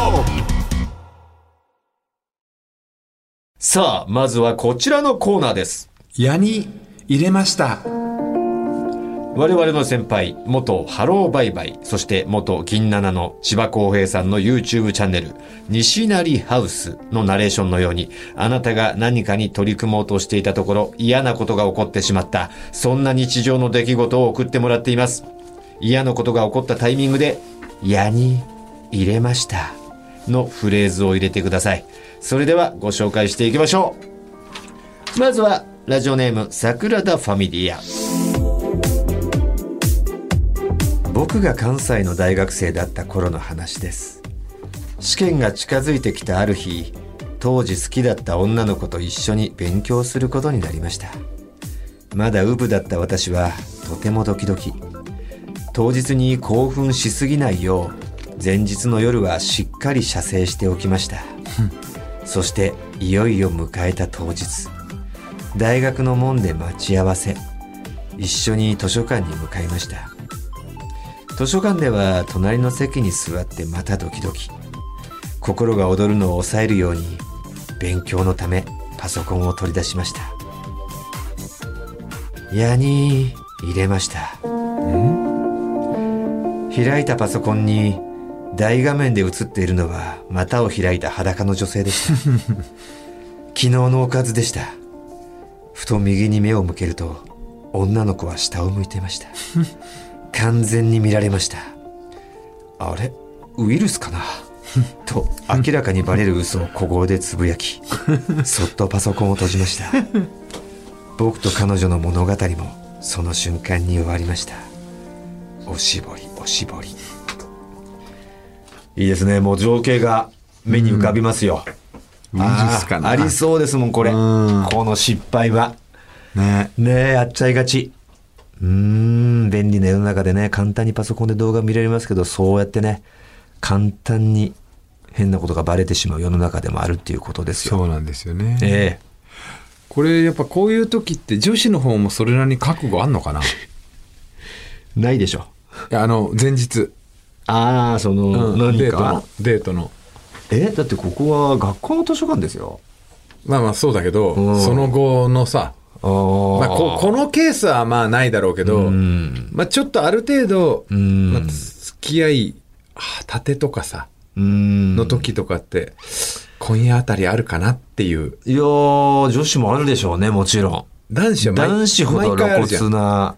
A: さあ、まずはこちらのコーナーです。
B: 矢に入れました
A: 我々の先輩、元ハローバイバイ、そして元銀七の千葉公平さんの YouTube チャンネル、西成ハウスのナレーションのように、あなたが何かに取り組もうとしていたところ、嫌なことが起こってしまった、そんな日常の出来事を送ってもらっています。嫌なことが起こったタイミングで、矢に入れました、のフレーズを入れてください。それではご紹介していきましょう。まずは、ラジオネーム、桜田ファミリア。僕が関西の大学生だった頃の話です試験が近づいてきたある日当時好きだった女の子と一緒に勉強することになりましたまだウブだった私はとてもドキドキ当日に興奮しすぎないよう前日の夜はしっかり射精しておきましたそしていよいよ迎えた当日大学の門で待ち合わせ一緒に図書館に向かいました図書館では隣の席に座ってまたドキドキ心が躍るのを抑えるように勉強のためパソコンを取り出しました矢に入れました開いたパソコンに大画面で映っているのは股を開いた裸の女性でした昨日のおかずでしたふと右に目を向けると女の子は下を向いていました完全に見られましたあれウイルスかなと明らかにバレる嘘を小声でつぶやきそっとパソコンを閉じました僕と彼女の物語もその瞬間に終わりましたおしぼりおしぼりいいですねもう情景が目に浮かびますよ、
B: うんウイルスかな
A: あーありそうですもんこれこ
B: うん
A: の失敗は
B: ね
A: ねえやっちゃいがちうーん便利な世の中でね簡単にパソコンで動画見られますけどそうやってね簡単に変なことがバレてしまう世の中でもあるっていうことですよ
B: そうなんですよね
A: え
B: これやっぱこういう時って女子の方もそれなりに覚悟あんのか ない
A: えないでしょ
B: やあの前日、
A: ああその、
B: デ
A: 何
B: ート
A: か
B: のデートの
A: えだってここは学校の図書館ですよ
B: まあまあそうだけど、
A: うん
B: その後のさ
A: おー
B: まあ、ここのケースはまあないだろうけど、
A: うん
B: まあ、ちょっとある程度、
A: ん
B: まあ、付き合いあ立てとかさ
A: うん
B: の時とかって、今夜あたりあるかなっていう
A: いやー女子もあるでしょうねもちろ
B: 男子は
A: ん
B: 毎
A: 男子ほど
B: 毎回ある
A: 露
B: じゃん
A: 骨な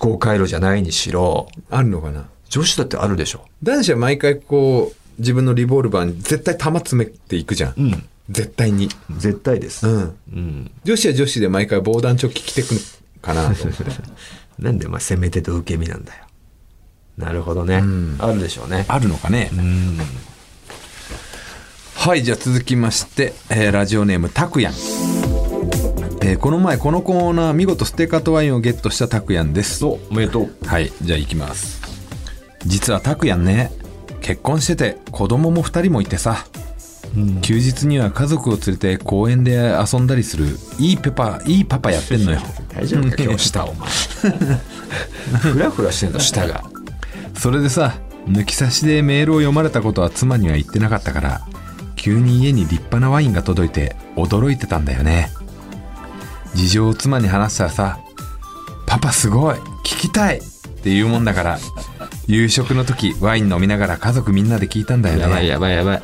A: 思考回路じゃないにしろ
B: あるのかな
A: 女子だってあるでしょ
B: 男子は毎回こう自分のリボルバーに絶対弾詰めていくじゃん、
A: ん
B: 絶対に、
A: 絶対です
B: うん、
A: うん
B: 女子は女子で毎回防弾チョッキ着てくのかなと思って
A: なんでまあ攻め手と受け身なんだよなるほどね、
B: ん
A: あるでしょうね
B: あるのかね
A: うん
B: はい、じゃあ続きまして、えーラジオネーム、たくやん。えーこの前、このコーナー、見事ステカとワインをゲットしたたくやんです。
A: おめでとう。
B: はい、じゃあ行きます。実はたくやんね、結婚してて子供も2人もいてさ、休日には家族を連れて公園で遊んだりする、いいパパ、いいパパやってんのよ
A: 大丈夫か今日舌お前 フラフラしてんの舌が
B: それでさ抜き差しでメールを読まれたことは妻には言ってなかったから急に家に立派なワインが届いて驚いてたんだよね事情を妻に話したらさ「パパすごい聞きたい!」って言うもんだから夕食の時ワイン飲みながら家族みんなで聞いたんだよね
A: やばいやばいやばい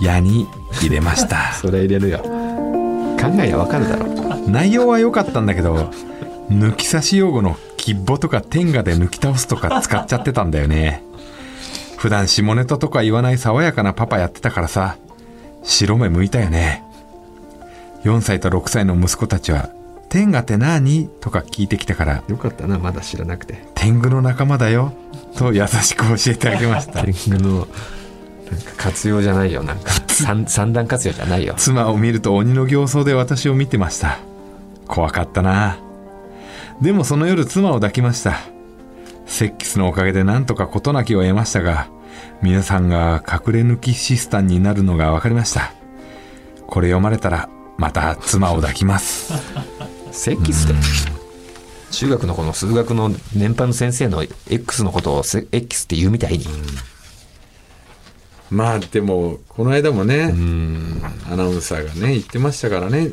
B: 矢に入れました
A: それ入れるよ考えやわかるだろ
B: 内容は良かったんだけど抜き差し用語のキッボとか天下で抜き倒すとか使っちゃってたんだよね普段下ネタとか言わない爽やかなパパやってたからさ白目向いたよね4歳と6歳の息子たちは「天下って何?」とか聞いてきたから
A: よかったなまだ知らなくて
B: 「天狗の仲間だよ」と優しく教えてあげました
A: 天狗のなんか活用じゃないよなんか三三段活用じゃないよ
B: 妻を見ると鬼の形相で私を見てました怖かったなでもその夜妻を抱きましたセックスのおかげでなんとか事なきを得ましたが皆さんが隠れ抜きシスタンになるのが分かりましたこれ読まれたらまた妻を抱きます
A: セッキスって中学のこの数学の年配の先生の X のことをセ X って言うみたいに
B: まあでもこの間もねアナウンサーがね言ってましたからね、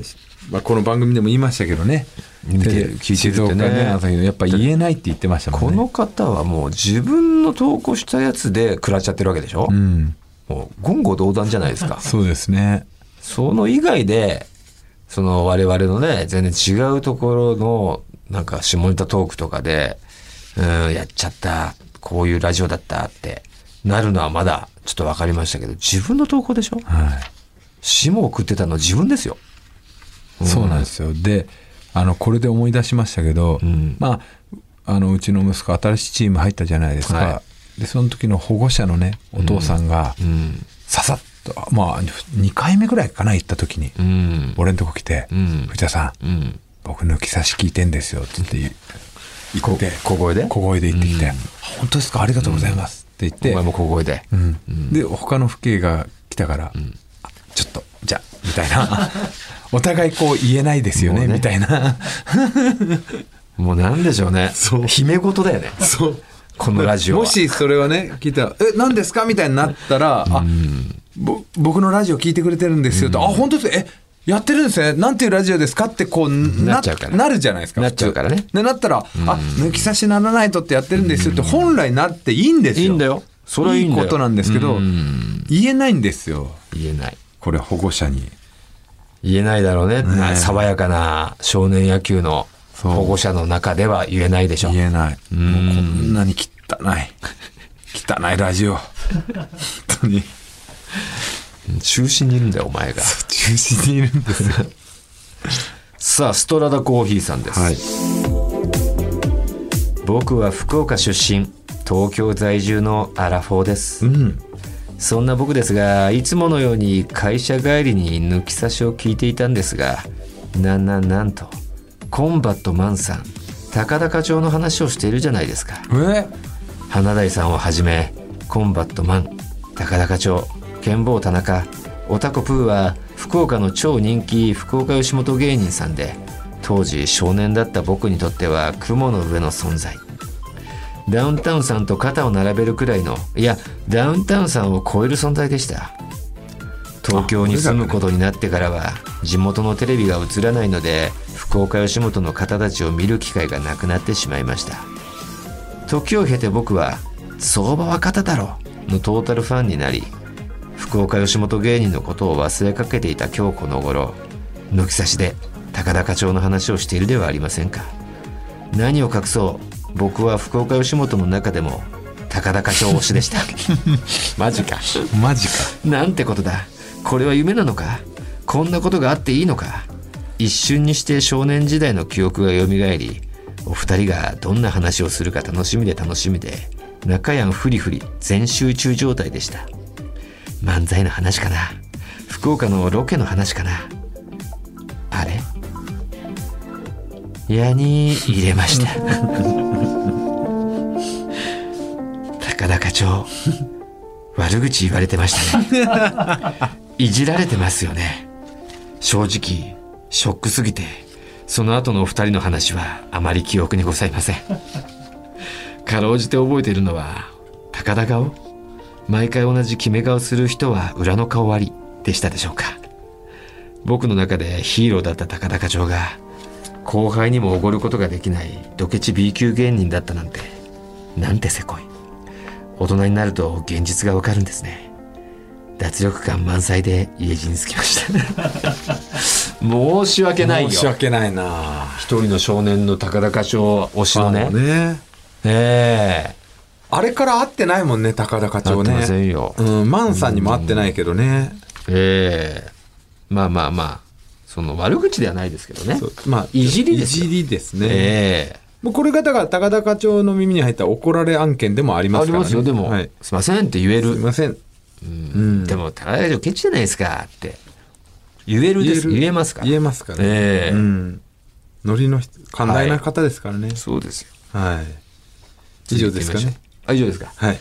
B: まあ、この番組でも言いましたけどね
A: 見てる
B: で
A: 聞いてるってね
B: 静岡で朝日のやっぱ言えないって言ってましたもんね
A: この方はもう自分の投稿したやつで食らっちゃってるわけでしょ、
B: うん
A: もう言語道断じゃないですか
B: そうですね
A: その以外で、その我々のね、全然違うところの、なんか下ネタトークとかで、うん、やっちゃった、こういうラジオだったって、なるのはまだちょっとわかりましたけど、自分の投稿でしょ
B: はい
A: 下を送ってたの自分ですよ。
B: そうなんですよであのこれで思い出しましたけど、
A: うん
B: まああのうちの息子新しいチーム入ったじゃないですか、
A: は
B: でその時の保護者のねお父さんが、
A: うん。
B: ささっとまあ2回目ぐらいかな行った時に、
A: うん。
B: 俺んとこ来て「
A: うん
B: 藤田さん
A: うん。
B: 僕抜き差し聞いてんですよ」って言って言って
A: 小声で
B: 小声で言ってきて「本当ですかありがとうございます」って言って
A: お前も小声で。
B: うんで他の父兄が来たから、あちょっとじゃあみたいな お互いこう言えないですよ
A: も
B: ね
A: うね
B: みたいな
A: もうなんでしょうね。
B: そう
A: 姫事だよね。
B: そう
A: このラジオは。
B: もしそれはね聞いたら「え何ですか?」みたいになったら「あぼ僕のラジオ聞いてくれてるんですよ」と「あ本当ですえやってるんですねなんていうラジオですか?」ってこうな
A: なっちゃうから
B: なるじゃ ないですか
A: なっちゃうからね
B: 普通でなったら「あ抜き差しならないとってやってるんですよ」って本来なっていいんですよ
A: いいんだよそれはいいんだよ
B: ことなんですけど
A: うん
B: 言えないんですよ
A: 言えない。
B: これ保護者に。
A: 言えないだろうね。な爽やかな少年野球の
B: そう
A: 保護者の中では言えないでしょ。
B: 言えない。
A: ん
B: もうこんなに汚い。汚いラジオ。本当に。
A: 中心にいるんだよ、お前が。
B: 中心にいるんですよ。
A: さあ、ストラダコーヒーさんです。
B: はい。
A: 僕は福岡出身、東京在住のアラフォーです。
B: うん。
A: そんな僕ですが、いつものように会社帰りに抜き差しを聞いていたんですが、なんなんなんと、コンバットマンさん、高田課長の話をしているじゃないですか。
B: え
A: 花大さんをはじめコンバットマン高田課長剣坊田中オタコプーは福岡の超人気福岡吉本芸人さんで当時少年だった僕にとっては雲の上の存在ダウンタウンさんと肩を並べるくらいのいやダウンタウンさんを超える存在でした東京に住むことになってからは地元のテレビが映らないので福岡吉本の方たちを見る機会がなくなってしまいました時を経て僕は「相場は肩だろ」のトータルファンになり福岡吉本芸人のことを忘れかけていた今日この頃軒差しで高田課長の話をしているではありませんか何を隠そう僕は福岡吉本の中でも高田課長推しでした マジか
B: マジか
A: なんてことだこれは夢なのかこんなことがあっていいのか一瞬にして少年時代の記憶が蘇りお二人がどんな話をするか楽しみで楽しみで中やんフリフリ全集中状態でした漫才の話かな福岡のロケの話かなあれ矢に入れました高田課長悪口言われてましたねいじられてますよね正直ショックすぎてその後のお二人の話はあまり記憶にございませんかろうじて覚えているのは高田顔毎回同じ決め顔する人は裏の顔ありでしたでしょうか僕の中でヒーローだった高田課長が後輩にもおごることができないドケチ B 級芸人だったなんてなんてせこい大人になると現実がわかるんですね脱力感満載で家路につきました 申し訳ないよ
B: 申し訳ないな
A: 一人の少年の高田課長推しのね
B: あのね
A: ええ
B: あれから会ってないもんね高田課長ね
A: 会ってませんよ
B: うん、マンさんにも会ってないけどね、
A: ええまあまあまあその悪口ではないですけどね
B: そうまあ
A: いじりです
B: い
A: よ
B: じりですね、
A: え
B: もうこれがだから高田課長の耳に入った怒られ案件でもあり
A: え
B: ま
A: あ
B: す
A: り
B: から、
A: ま
B: ね、
A: すよでも、
B: はい、
A: すいませんって言え
B: すい
A: る
B: ません
A: うんでも高田社長ケチじゃないですかって言えるです言えますから
B: 言えますから、
A: ええ
B: うんノリの人寛大な方ですからね
A: そうですよ
B: はい、以上ですかね
A: あ以上ですか
B: はい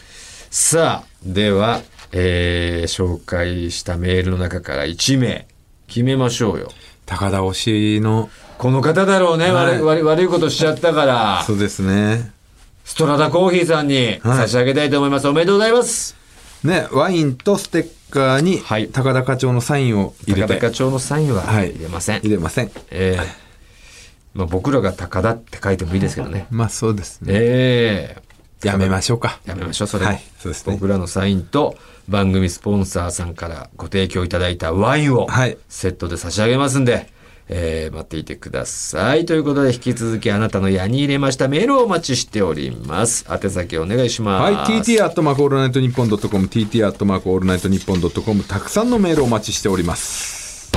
A: さあでは、えー紹介したメールの中から1名決めましょうよ
B: 高田推しの
A: この方だろうね、
B: は
A: 悪
B: い
A: い悪い悪いことしちゃったから
B: そうですね
A: ストラダコーヒーさんに
B: はい
A: 差し上げたいと思います、おめでとうございます
B: ねワインとステッカーに
A: はい
B: 高田課長のサインを入れ
A: 高
B: て、
A: 田課長のサインは
B: はい
A: 入れません、
B: 入れません
A: えーまあ、僕らが高田って書いてもいいですけどね
B: まあそうですね
A: ええ
B: やめましょうか
A: やめましょう、それも
B: はいそうですね
A: 僕らのサインと番組スポンサーさんからご提供いただいたワインを
B: はい
A: セットで差し上げますんで、えー待っていてください。ということで、引き続きあなたの矢に入れましたメールをお待ちしております。宛先お願いします。
B: はい、TT アットマークオールナイトニッポンドットコム、TT アットマークオールナイトニッポンドットコム、たくさんのメールをお待ちしております。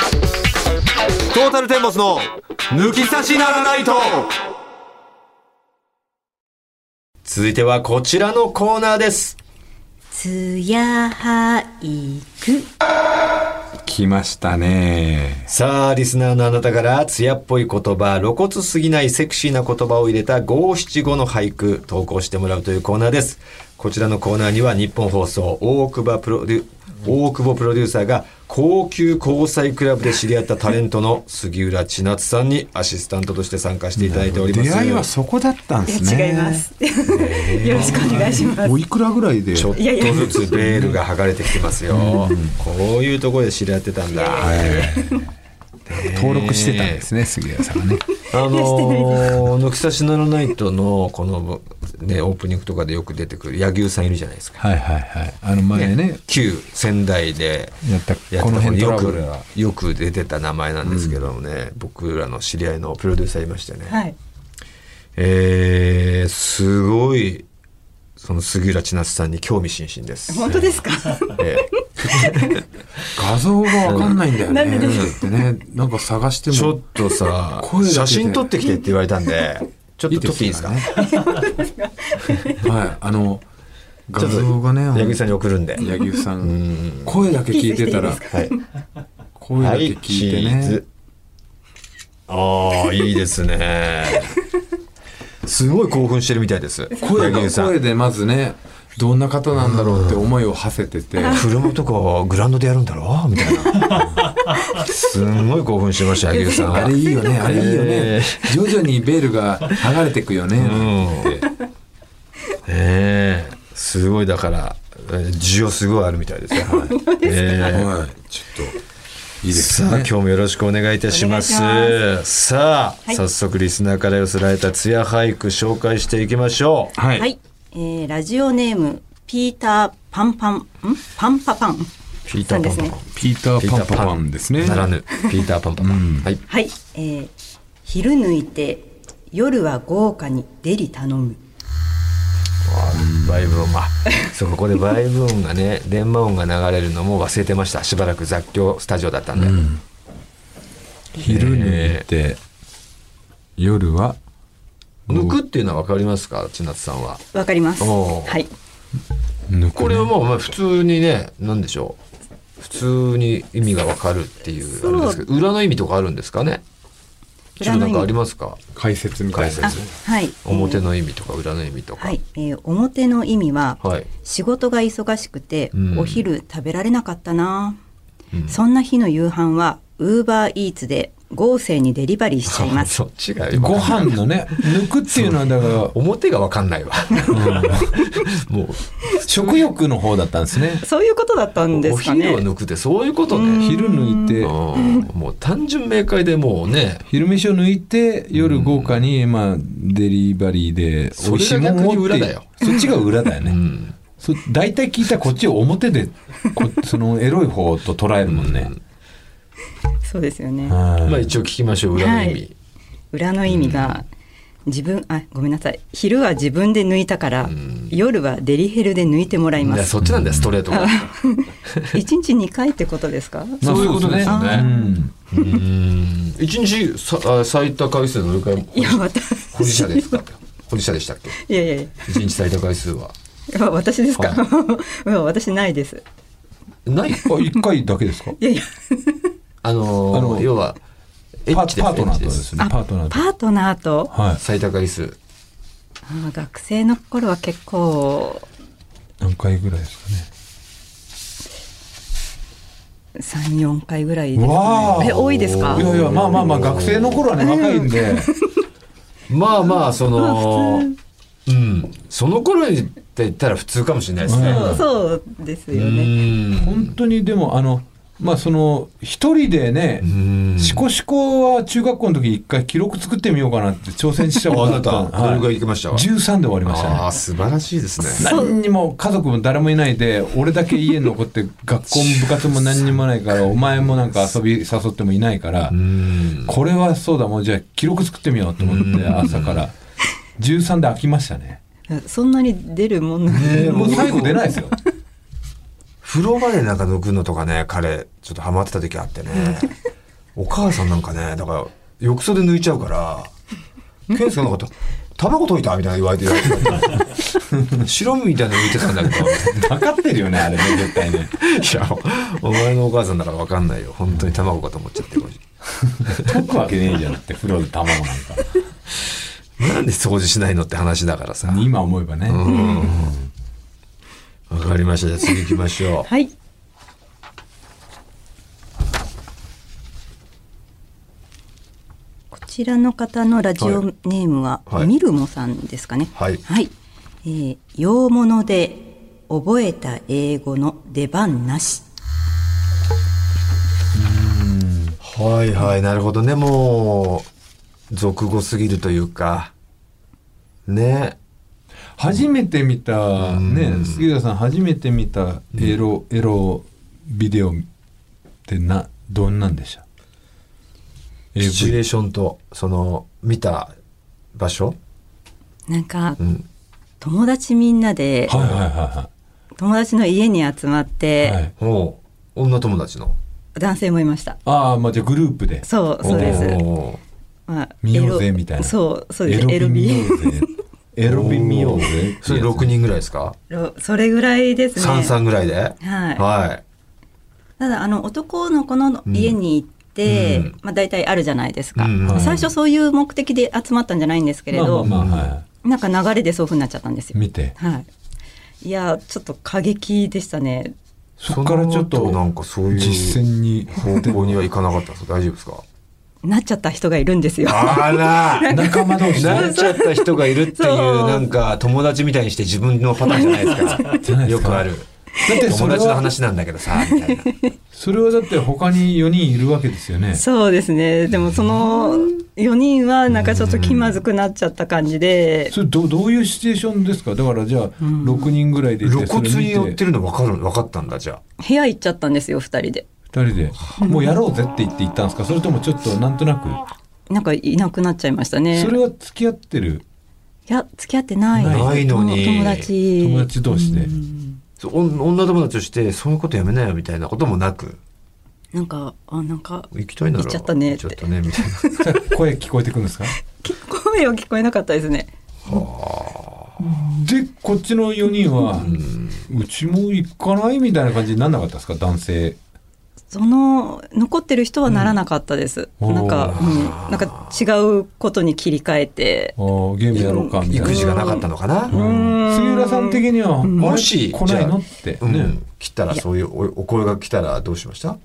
C: トータルテンボスの抜き差しならないと
A: 続いてはこちらのコーナーです。
D: つやはいく
B: 来ましたね。
A: さあ、リスナーのあなたから、艶っぽい言葉、露骨すぎないセクシーな言葉を入れた五七五の俳句、投稿してもらうというコーナーです。こちらのコーナーには、日本放送、大久保プロデュ、大久保プロデューサーが、高級交際クラブで知り合ったタレントの杉浦千夏さんにアシスタントとして参加していただいております。
B: 出会いはそこだったんですね。
D: 違います。よろしくお願いします。
B: おいくらぐらいで
A: ちょっと
D: いやいや
A: ずつベールが剥がれてきてますよ。こういうところで知り合ってたんだ。
B: 登録してたんですね、杉谷さんがね。
A: あのー、 抜き差しならないとの、この、ね、オープニングとかでよく出てくる、柳生さんいるじゃないですか。
B: はいはいはい。あの前ね、
A: 旧仙台で
B: やった
A: やっ
B: この
A: てた
B: 辺ト
A: よ
B: ラブ
A: く
B: ルは。
A: よく出てた名前なんですけどもね、僕らの知り合いのプロデューサーいましてね、
D: はい。
A: えー、すごいその杉浦千夏さんに興味津々です。
D: 本当ですか。
A: ええ
B: 画像がわかんないんだよね。
D: なんで
B: だってね、なんか探しても。
A: ちょっとさ
B: 声だけで
A: 写真撮ってきてって言われた んでちょっと撮っていいですか
B: ね。はい、あの、画像がね、
A: 八木さんに送るんで。
B: 柳生さん、声だけ聞いてたら、
A: はい
B: 声だ
A: は
B: け聞いて
A: いチー
B: ね
A: ズ。ああ、いいですね。 すごい興奮してるみたいです。
B: 声
A: 柳生
B: が
A: さ
B: 声
A: ん。
B: でまずねどんな方なんだろうって思いを馳せてて、
A: 車とかグラウンドでやるんだろうみたいな。すんごい興奮してました、柳生さん。
B: あれいいよねあれいいよ
A: え
B: ね徐々にベール が剥がれてくよね、
A: うん。ねえすごいだから、えー需要すごいあるみたいですよ。はいえー
B: はいちょっといいです
A: さあ
B: ね
A: 今日もよろしくお願いいたします
D: お願い
A: さあ、早速リスナーから寄せられたツヤ俳句紹介していきましょう
B: は
D: はい、えーラジオネームピーターパンパンんパンパパン
A: ピーターパンパン
D: そうですね
B: ピーターパンパパンですね
A: ならぬピーターパンパン、はい
D: はい、えー昼抜いて夜は豪華にデリ頼む
A: バイブ音がそうここでバイブ音がね 電話音が流れるのも忘れてましたしばらく雑居スタジオだったんで、
B: 昼抜いて夜は
A: 抜くっていうのは分かりますか千夏さんは
D: わかります
A: おー
D: はい
B: 抜
A: こ
B: く
A: れはもうまあ普通にね何でしょう普通に意味が分かるっていうあれですけど裏の意味とかあるんですかねちょっとなんかありますか
B: 解説みたいな
A: 解
B: や
A: 説
B: つ
D: はい、えー
A: 表の意味とか裏の意味とか、
D: はい、えー表の意味は、
A: はい
D: 仕事が忙しくて、
A: うん
D: お昼食べられなかったな、そんな日の夕飯はウーバーイーツで豪勢にデリバリーしちゃい ます
A: そっちが
B: ご飯のね抜くっていうのはだから
A: 表が分かんないわ もう
B: 食欲の方だったんですね
D: そういうことだったんで
A: お
D: すか
A: 昼を
D: ね
A: 抜くってそういうことね
B: 昼抜いて
A: うんもう単純明快でもうね
B: 昼飯を抜いて夜豪華に、まあデリバリーで美味しいものを
A: それが逆に裏
B: って
A: だよ
B: そっちが裏だよね、そ大体聞いたらこっちを表でこ そのエロい方と捉えるもんね、
D: そうですよね
B: はい
A: まあ一応聞きましょう裏の意味、
D: はい裏の意味が、自分あごめんなさい昼は自分で抜いたから、夜はデリヘルで抜いてもらいま
A: いや
D: す
A: そっちなんだよストレートが
D: 一日2回ってことですか
B: まあ
A: そういうことですよね
B: うん
A: うん一日さあ最多回数どれくらい
D: いや私
A: 保持者ですか保持者でしたっけ
D: いやいやい
A: 一日最多回数は
D: やわ私ですか、 うわ私ないです
A: ない
B: あ一回だけですか
D: いやいや
A: あのー
B: あの
A: 要はエ
B: パ
A: ッチです
B: パートナーと
A: エッ
B: で
A: チ
B: すねパートナーと
D: パートナーと
B: は
A: 最多回数
D: あー学生の頃は結構
B: い何回ぐらいですかね
D: 34回ぐらいです
B: わ
D: か
B: あ
D: ねえ多いですか
B: いやいやまあまあまあ学生の頃はね若いん で
A: まあまあそのうんその頃にって言ったら普通かもしれないですね
D: そうそうですよね
A: う
B: 本当にでもあのまあその一人でね
A: ん
B: シコシコは中学校の時一回記録作ってみようかなって挑戦したこと
A: あ
B: だ
A: な
B: った
A: たどれぐらい行きました
B: 13で終わりました
A: あ
B: ね
A: あ素晴らしいですね
B: 何にも家族も誰もいないで俺だけ家に残って学校も部活も何にもない からお前もなんか遊び誘ってもいないから
A: うん
B: これはそうだもうじゃあ記録作ってみようと思って朝から13で飽きましたね
D: そんなに出るもんなんで、
B: もう最後出ないですよ
A: 風呂場でなんか抜くのとかね彼ちょっとハマってた時あってねお母さんなんかねだから浴槽で抜いちゃうから「健介なんかタバコ溶いた?」みたいな言われて言われて白身みたいなの抜いてたんだけど
B: 分かってるよねあれね絶対ね
A: いやお前のお母さんだから分かんないよ本当に卵かと思っちゃってるかもし
B: 解くわけねえじゃんって風呂で卵なんか
A: れないなんで掃除しないのって話だからさ
B: 今思えばね、
A: わかりましたじゃあ次行きましょう
D: はいこちらの方のラジオネームは、
A: はいはい
D: ミルモさんですかね
A: はい
D: えー洋物で覚えた英語の出番なし
A: はいはいなるほどねもう俗語すぎるというかね
B: 初めて見たね杉田さん初めて見たエロ、エロビデオってなどんなんでした
A: シチュエ
B: AV
A: ーションとその見た場所
D: なんか、
A: ん
D: 友達みんなで
B: はいはいはいは
D: 友達の家に集まって、
B: い、はい、
A: おう女友達の
D: 男性もいました
B: ああまあじゃあグループで
D: そうそうです、
A: おう
D: まあ、
B: 見よう
D: エ
B: ぜ
D: ロ
B: みたいな
D: そうそうです
B: エロビ見ようぜエロビ見ようぜ
A: それ6人ぐらいですか
D: ろ それぐらいですね
A: 三三ぐらいではいはい
D: ただあの男の子の家に行って、
A: うん
D: まあ、大体あるじゃないですか、
A: うん
B: はい
D: 最初そういう目的で集まったんじゃないんですけれど、
B: まあまあまあ、は
D: なんか流れでそういうふうになっちゃったんです
B: い、
D: よ、
B: 見て
D: はい、いやちょっと過激でしたね
B: そっからちょっ
A: その後なん
B: と
A: かそういう
B: 実践に
A: 方向にはいかなかったんですか大丈夫ですか
D: なっちゃった人がいるんですよ。
A: あら
B: 仲間 同士
A: なっちゃった人がいるってい
D: そうう
A: なんか友達みたいにして自分のパターンじゃないですかよくある
B: だってそ
A: 友
B: れ
A: 達の
B: は
A: 話なんだけどさみたいな
B: それはだって他に4人いるわけですよね
D: そうですね。でもその4人はなんかちょっと気まずくなっちゃった感じで、
B: それどどういうシチュエーションですかだからじゃあ6人ぐらいでいて
A: 露骨に寄って
B: る
A: るの分かる分かったんだじゃ
D: 部屋行っちゃったんですよ、2人で。
B: 2人でもうやろうぜって言って行ったんですかそれともちょっとなんとなく
D: なんかいなくなっちゃいましたね。
B: それは付き合ってる
D: いや、付き合ってない。
A: ないのに
D: 友達。
B: 友達同士で
A: あお女友達としてそういうことやめなよみたいなこともなく
D: なんか、あ、なんか、
A: 行きたいなら
D: 行っちゃったねって
A: 行っちゃったねみたいな
B: さ声聞こえてくるんですか
D: 結構声は聞こえなかったですね。
B: でこっちの4人は うちも行かないみたいな感じになんなかったですか男性
D: その、残ってる人はならなかったです。
B: うん
D: なんか、
B: お
D: うん、なんか違うことに切り替えて。
B: あーゲームやろうかみたいな
A: 育児がなかったのかな、うん
D: ん
B: 杉浦さん的には
A: も
B: も
A: し
B: 来ないのってね
A: 来たらそういうおお声が来たらどうしました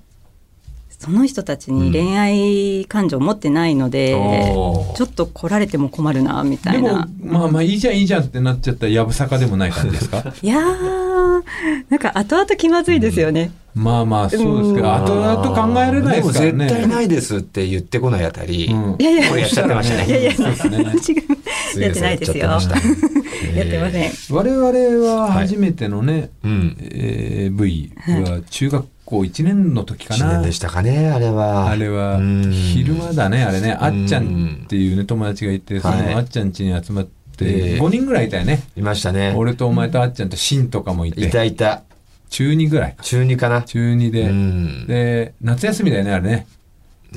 D: その人たちに恋愛感情持ってないので、
A: おー
D: ちょっと来られても困るなみた
B: で
D: い
B: も
D: な。
B: まあまあいいじゃんいいじゃんってなっちゃったやぶさかでもない感じですか
D: いやーなんか後々気まずいですよね。
B: まあまあそうですけど後々考えれないですからね
A: も絶対ないですって言ってこないあたり、
B: うん
D: いやいや
A: これやっちゃってましたね
D: いやいや、
B: そうですね
D: 違うやってないですよ。 やってません。
B: 我々は初めてのね、
A: うん
B: えー V は中学校1年の時か
A: 1
B: な
A: 年でしたかねあれは
B: あれは
A: うん
B: 昼間だねあれねあっちゃんっていうね友達がいてそ
A: はい
B: のあっちゃん家に集まっ
A: え
B: て
A: え
B: 5人ぐらいいたよね
A: いましたね
B: 俺とお前とあっちゃんとシンとかもい
A: いた
B: て
A: いた
B: 中2ぐらいか
A: 中二かな
B: 中2
A: う
B: で
A: ん
B: で夏休みだよねあれね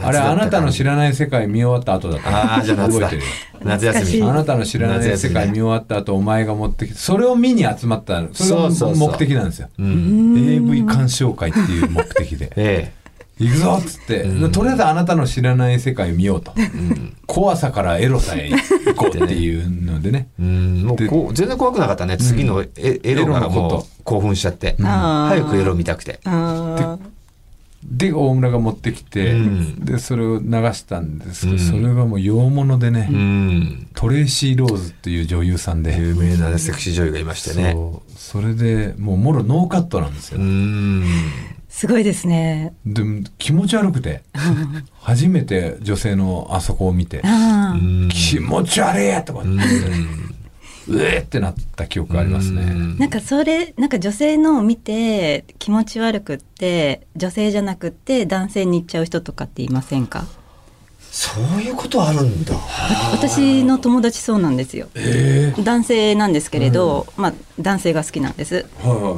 B: あれあなたの知
A: ら
B: らない世界見終わった後だった
A: ああじゃあ夏
B: 覚え
A: だ
B: てるよ
A: 夏休み
B: あなたの知らない世界見終わった後お前が持ってきてそれを見に集まったのそれ
A: そ
B: が
A: うそうそう
B: 目的なんですよ
A: うん、
B: AV 鑑賞会っていう目的 で
A: え
B: 行くぞっつって、とりあえずあなたの知らない世界見ようと、怖さからエロさへ行こうっていうのでね
A: えうんもうこう全然怖くなかったね次のエ,、エロが
B: エロのこ
A: も
B: と
A: う興奮しちゃって、
D: あー
A: 早くエロ見たくて
D: あ
B: で大村が持ってきて、
A: うん
B: でそれを流したんですけど、
A: うん
B: それがもう洋物でね、
A: うん
B: トレーシー・ローズっていう女優さんで、
A: 有名な、ね、セクシー女優がいましてね
B: そうそれでもうもろノーカットなんですよ、
A: うん
D: ーすごいですね。
B: でも気持ち悪く て初めて女性のあそこを見て
D: あー
B: 「気持ち悪い!」とかってうえってなった記憶がありますね。
D: なんかそれなんか女性のを見て気持ち悪くって女性じゃなくって男性に行っちゃう人とかっていませんか
A: そういうことあるんだ
D: 私の友達そうなんですよ、男性なんですけれど、まあ男性が好きなんです、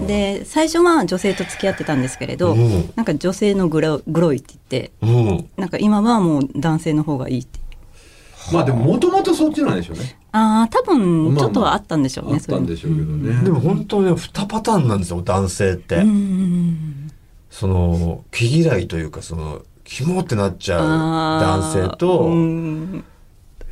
D: で最初は女性と付き合ってたんですけれど、
A: うん
D: なんか女性のグログロいって言って
A: うん
D: なんか今はもう男性の方がいいって
E: まあでももともとそっちなんでしょうね。
D: ああ多分
E: まあ
D: ちょっとはあったんでしょう
E: あ
D: ね、
E: ったんでしょうけどね。
A: でも本当に2パターンなんですよ男性って、
D: そういうのうん
A: その毛嫌いというかそのキモってなっちゃう
D: あー
A: 男性と、
D: うん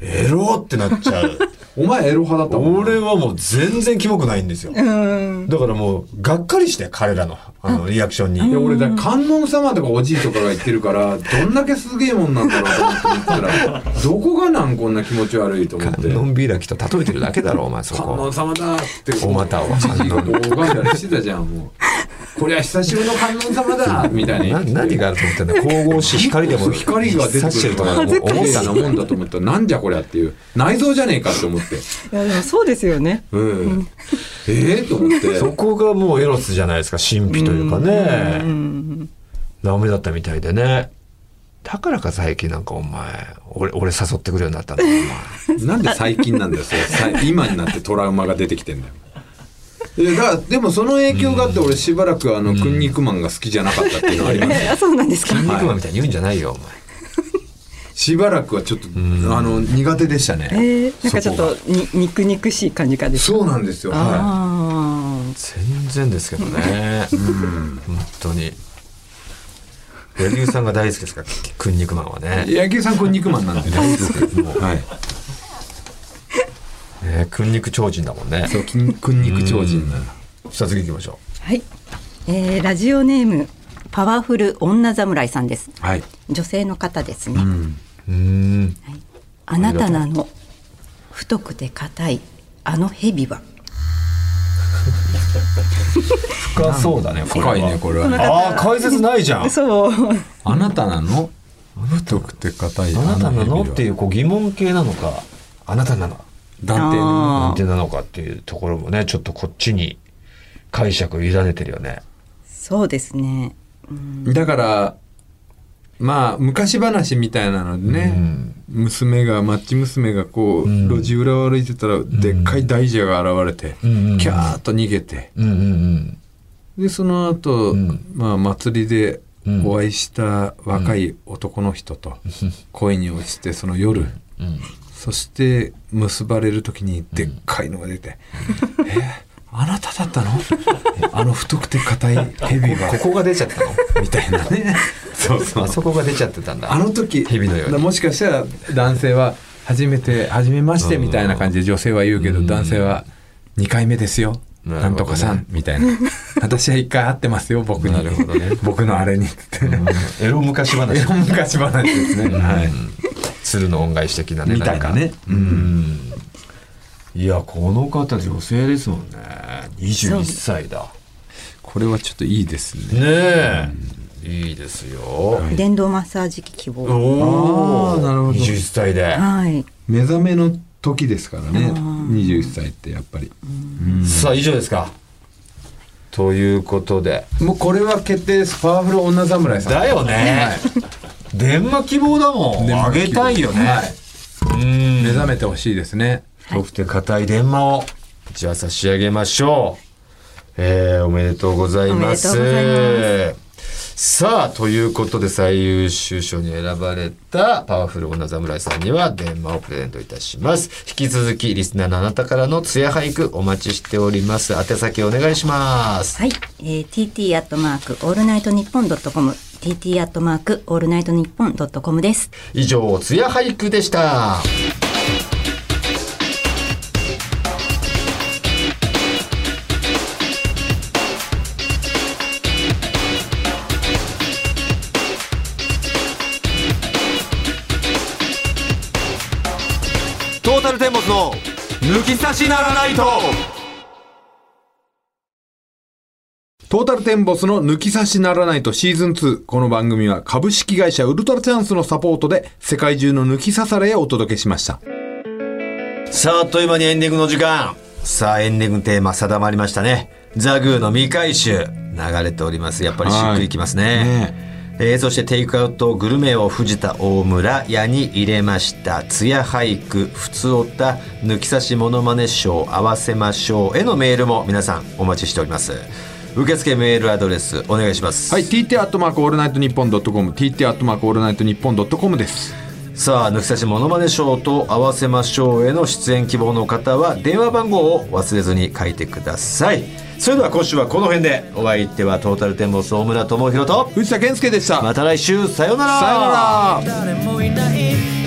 A: エロってなっちゃ う
E: お前エロ派だったもん。
A: 俺はもう全然キモくないんですよ
D: うん
A: だからもうがっかりして彼らのあのリアクションに、
E: いや俺だ観音様とかおじいとかが言ってるからどんだけすげえもんなんだろうと思って言ったらどこがなんこんな気持ち悪いと思って
A: のんびり来た例えてるだけだろお前そ
E: 観
A: こ
E: 音様だって
A: お股を
E: おじいがこう拝んだりしてたじゃんもうこれは久しぶりの観音様だみたいに
A: な何があると思ってんだ よ神々しい光でも
E: 光が出
A: 差
E: て
A: し
E: くる
A: てる
E: と
A: と
E: か思
A: か思っ
E: った
A: た
E: な
A: の
E: もんだと思ったらなんじゃこりゃっていう内臓じゃねえかって思って
D: いやでもそうですよね
E: うんええと思って
A: そこがもうエロスじゃないですか神秘というかね、ダメだったみたいでねだからか最近なんかお前俺俺誘ってくるようになったんだお 前
E: なんで最近なんだよそれさ今になってトラウマが出てきてんだよいやだからでもその影響があって俺しばらくあの「くんにくまん」が好きじゃなかったっていうのはあります
D: あそうなんですか
A: 筋肉マンみたいに言うんじゃないよお前
E: しばらくはちょっとあの苦手でしたね
D: えー、なんかちょっとに肉肉しい感じがですか
E: そうなんですよは
D: あー
A: 全然ですけどねうん本当に柳生さんが大好きですから筋肉マンはね
B: い野球さんこんにくまんなんでね。
E: いはい
A: ね筋肉超人だもんね
E: そう筋くんにく超人なの
A: さあ次行きましょ
D: はい、えーラジオネームパワフル女侍さんです
E: はい
D: 女性の方ですね、
A: う、うん
D: はいあなたなの太くて硬いあの蛇は
A: 深そうだねこれは
B: 深いねこれは
A: あー解説ないじゃん
D: そう
B: あなたなの太くて硬い
A: あなたなのっていううこう疑問系なのかあなたなの
B: 断定の
A: なん
D: あ
A: て
D: ー
A: なのかっていうところもねちょっとこっちに解釈委ねてるよね
D: そうですね
B: だからまあ昔話みたいなのでね、娘がマッチ娘がこう、
A: ん
B: 路地裏を歩いてたらでっかい大蛇が現れて、
A: うんうん
B: キャーッと逃げて
A: うんうん
B: でその後、
A: ん
B: まあ祭りで
A: うん
B: お会いした若い男の人と恋に落ちてその夜、
A: うん
B: そして結ばれる時にでっかいのが出て「えーあなただったの あの太くて硬い蛇が」
A: ここが出ちゃったの
B: みたいなねそうそ う
A: あそこが出ちゃってたんだ
B: あの時
A: 蛇のように
B: だもしかしたら男性は初めて初めましてみたいな感じで女性は言うけど男性は2回目です
A: な
B: よ
A: るほどね
B: なんとかさんみたいな私は1回会ってますよ僕に
A: なるほどね
B: 僕のあれにって
A: エロ昔話
B: エロ昔話ですねはい
A: 鶴の恩返し的なね
B: みたいなね
A: うんうんいやこの方女性ですもんね21歳だ
B: これはちょっといいですね
A: ねえいいですよ
D: 電動マッサージ機希
A: お
D: 望
B: あーなるほど
A: 20歳で
D: はい
B: 目覚めの時ですからね21歳ってやっぱり
A: さあ以上ですかということで
B: もうこれは決定ですパワフル女侍さん
A: だよね電話希望だもんあげたいよね
B: はい
A: うん
B: 目覚めてほしいですね
A: 太くて硬い電話をじゃあ差し上げましょうえー、おめでとうございます
D: おめでとうござ
A: さあということで最優秀賞に選ばれたパワフル女侍さんには電話をプレゼントいたします引き続きリスナーのあなたからのツヤ俳句お待ちしております宛先お願いします
D: はい、えー、TT アットマークオールナイトニッポンドットコム TT アットマークオールナイトニッポンドットコムです
A: 以上ツヤ俳句でした
F: トータルテンボスの抜き差しならないと
B: トータルテンボスの抜き差しならないとシーズン2。この番組は株式会社ウルトラチャンスのサポートで世界中の抜き差されへお届けしました。
A: さあ、あっという間にエンディングの時間。さあ、エンディングテーマ定まりましたね。ザグーの未回収。流れております。やっぱりしっくりきます
B: はい
A: ね
B: ね。
A: えーそしてテイクアウトグルメを藤田大村屋に入れました「つや俳句ふつおた抜き差しものまねショー合わせましょう」へのメールも皆さんお待ちしております受付メールアドレスお願いします、
B: はい、tt アットマークオールナイトニッポンドットコム、tt アットマークオールナイトニッポンドットコムです。
A: さあ抜き差しものまねショーと合わせましょうへの出演希望の方は電話番号を忘れずに書いてくださいそれでは今週はこの辺でお相手はトータルテンボス大村智広と
B: 藤田健介でした。
A: また来週さようなら
B: さよなら。
G: 誰もいない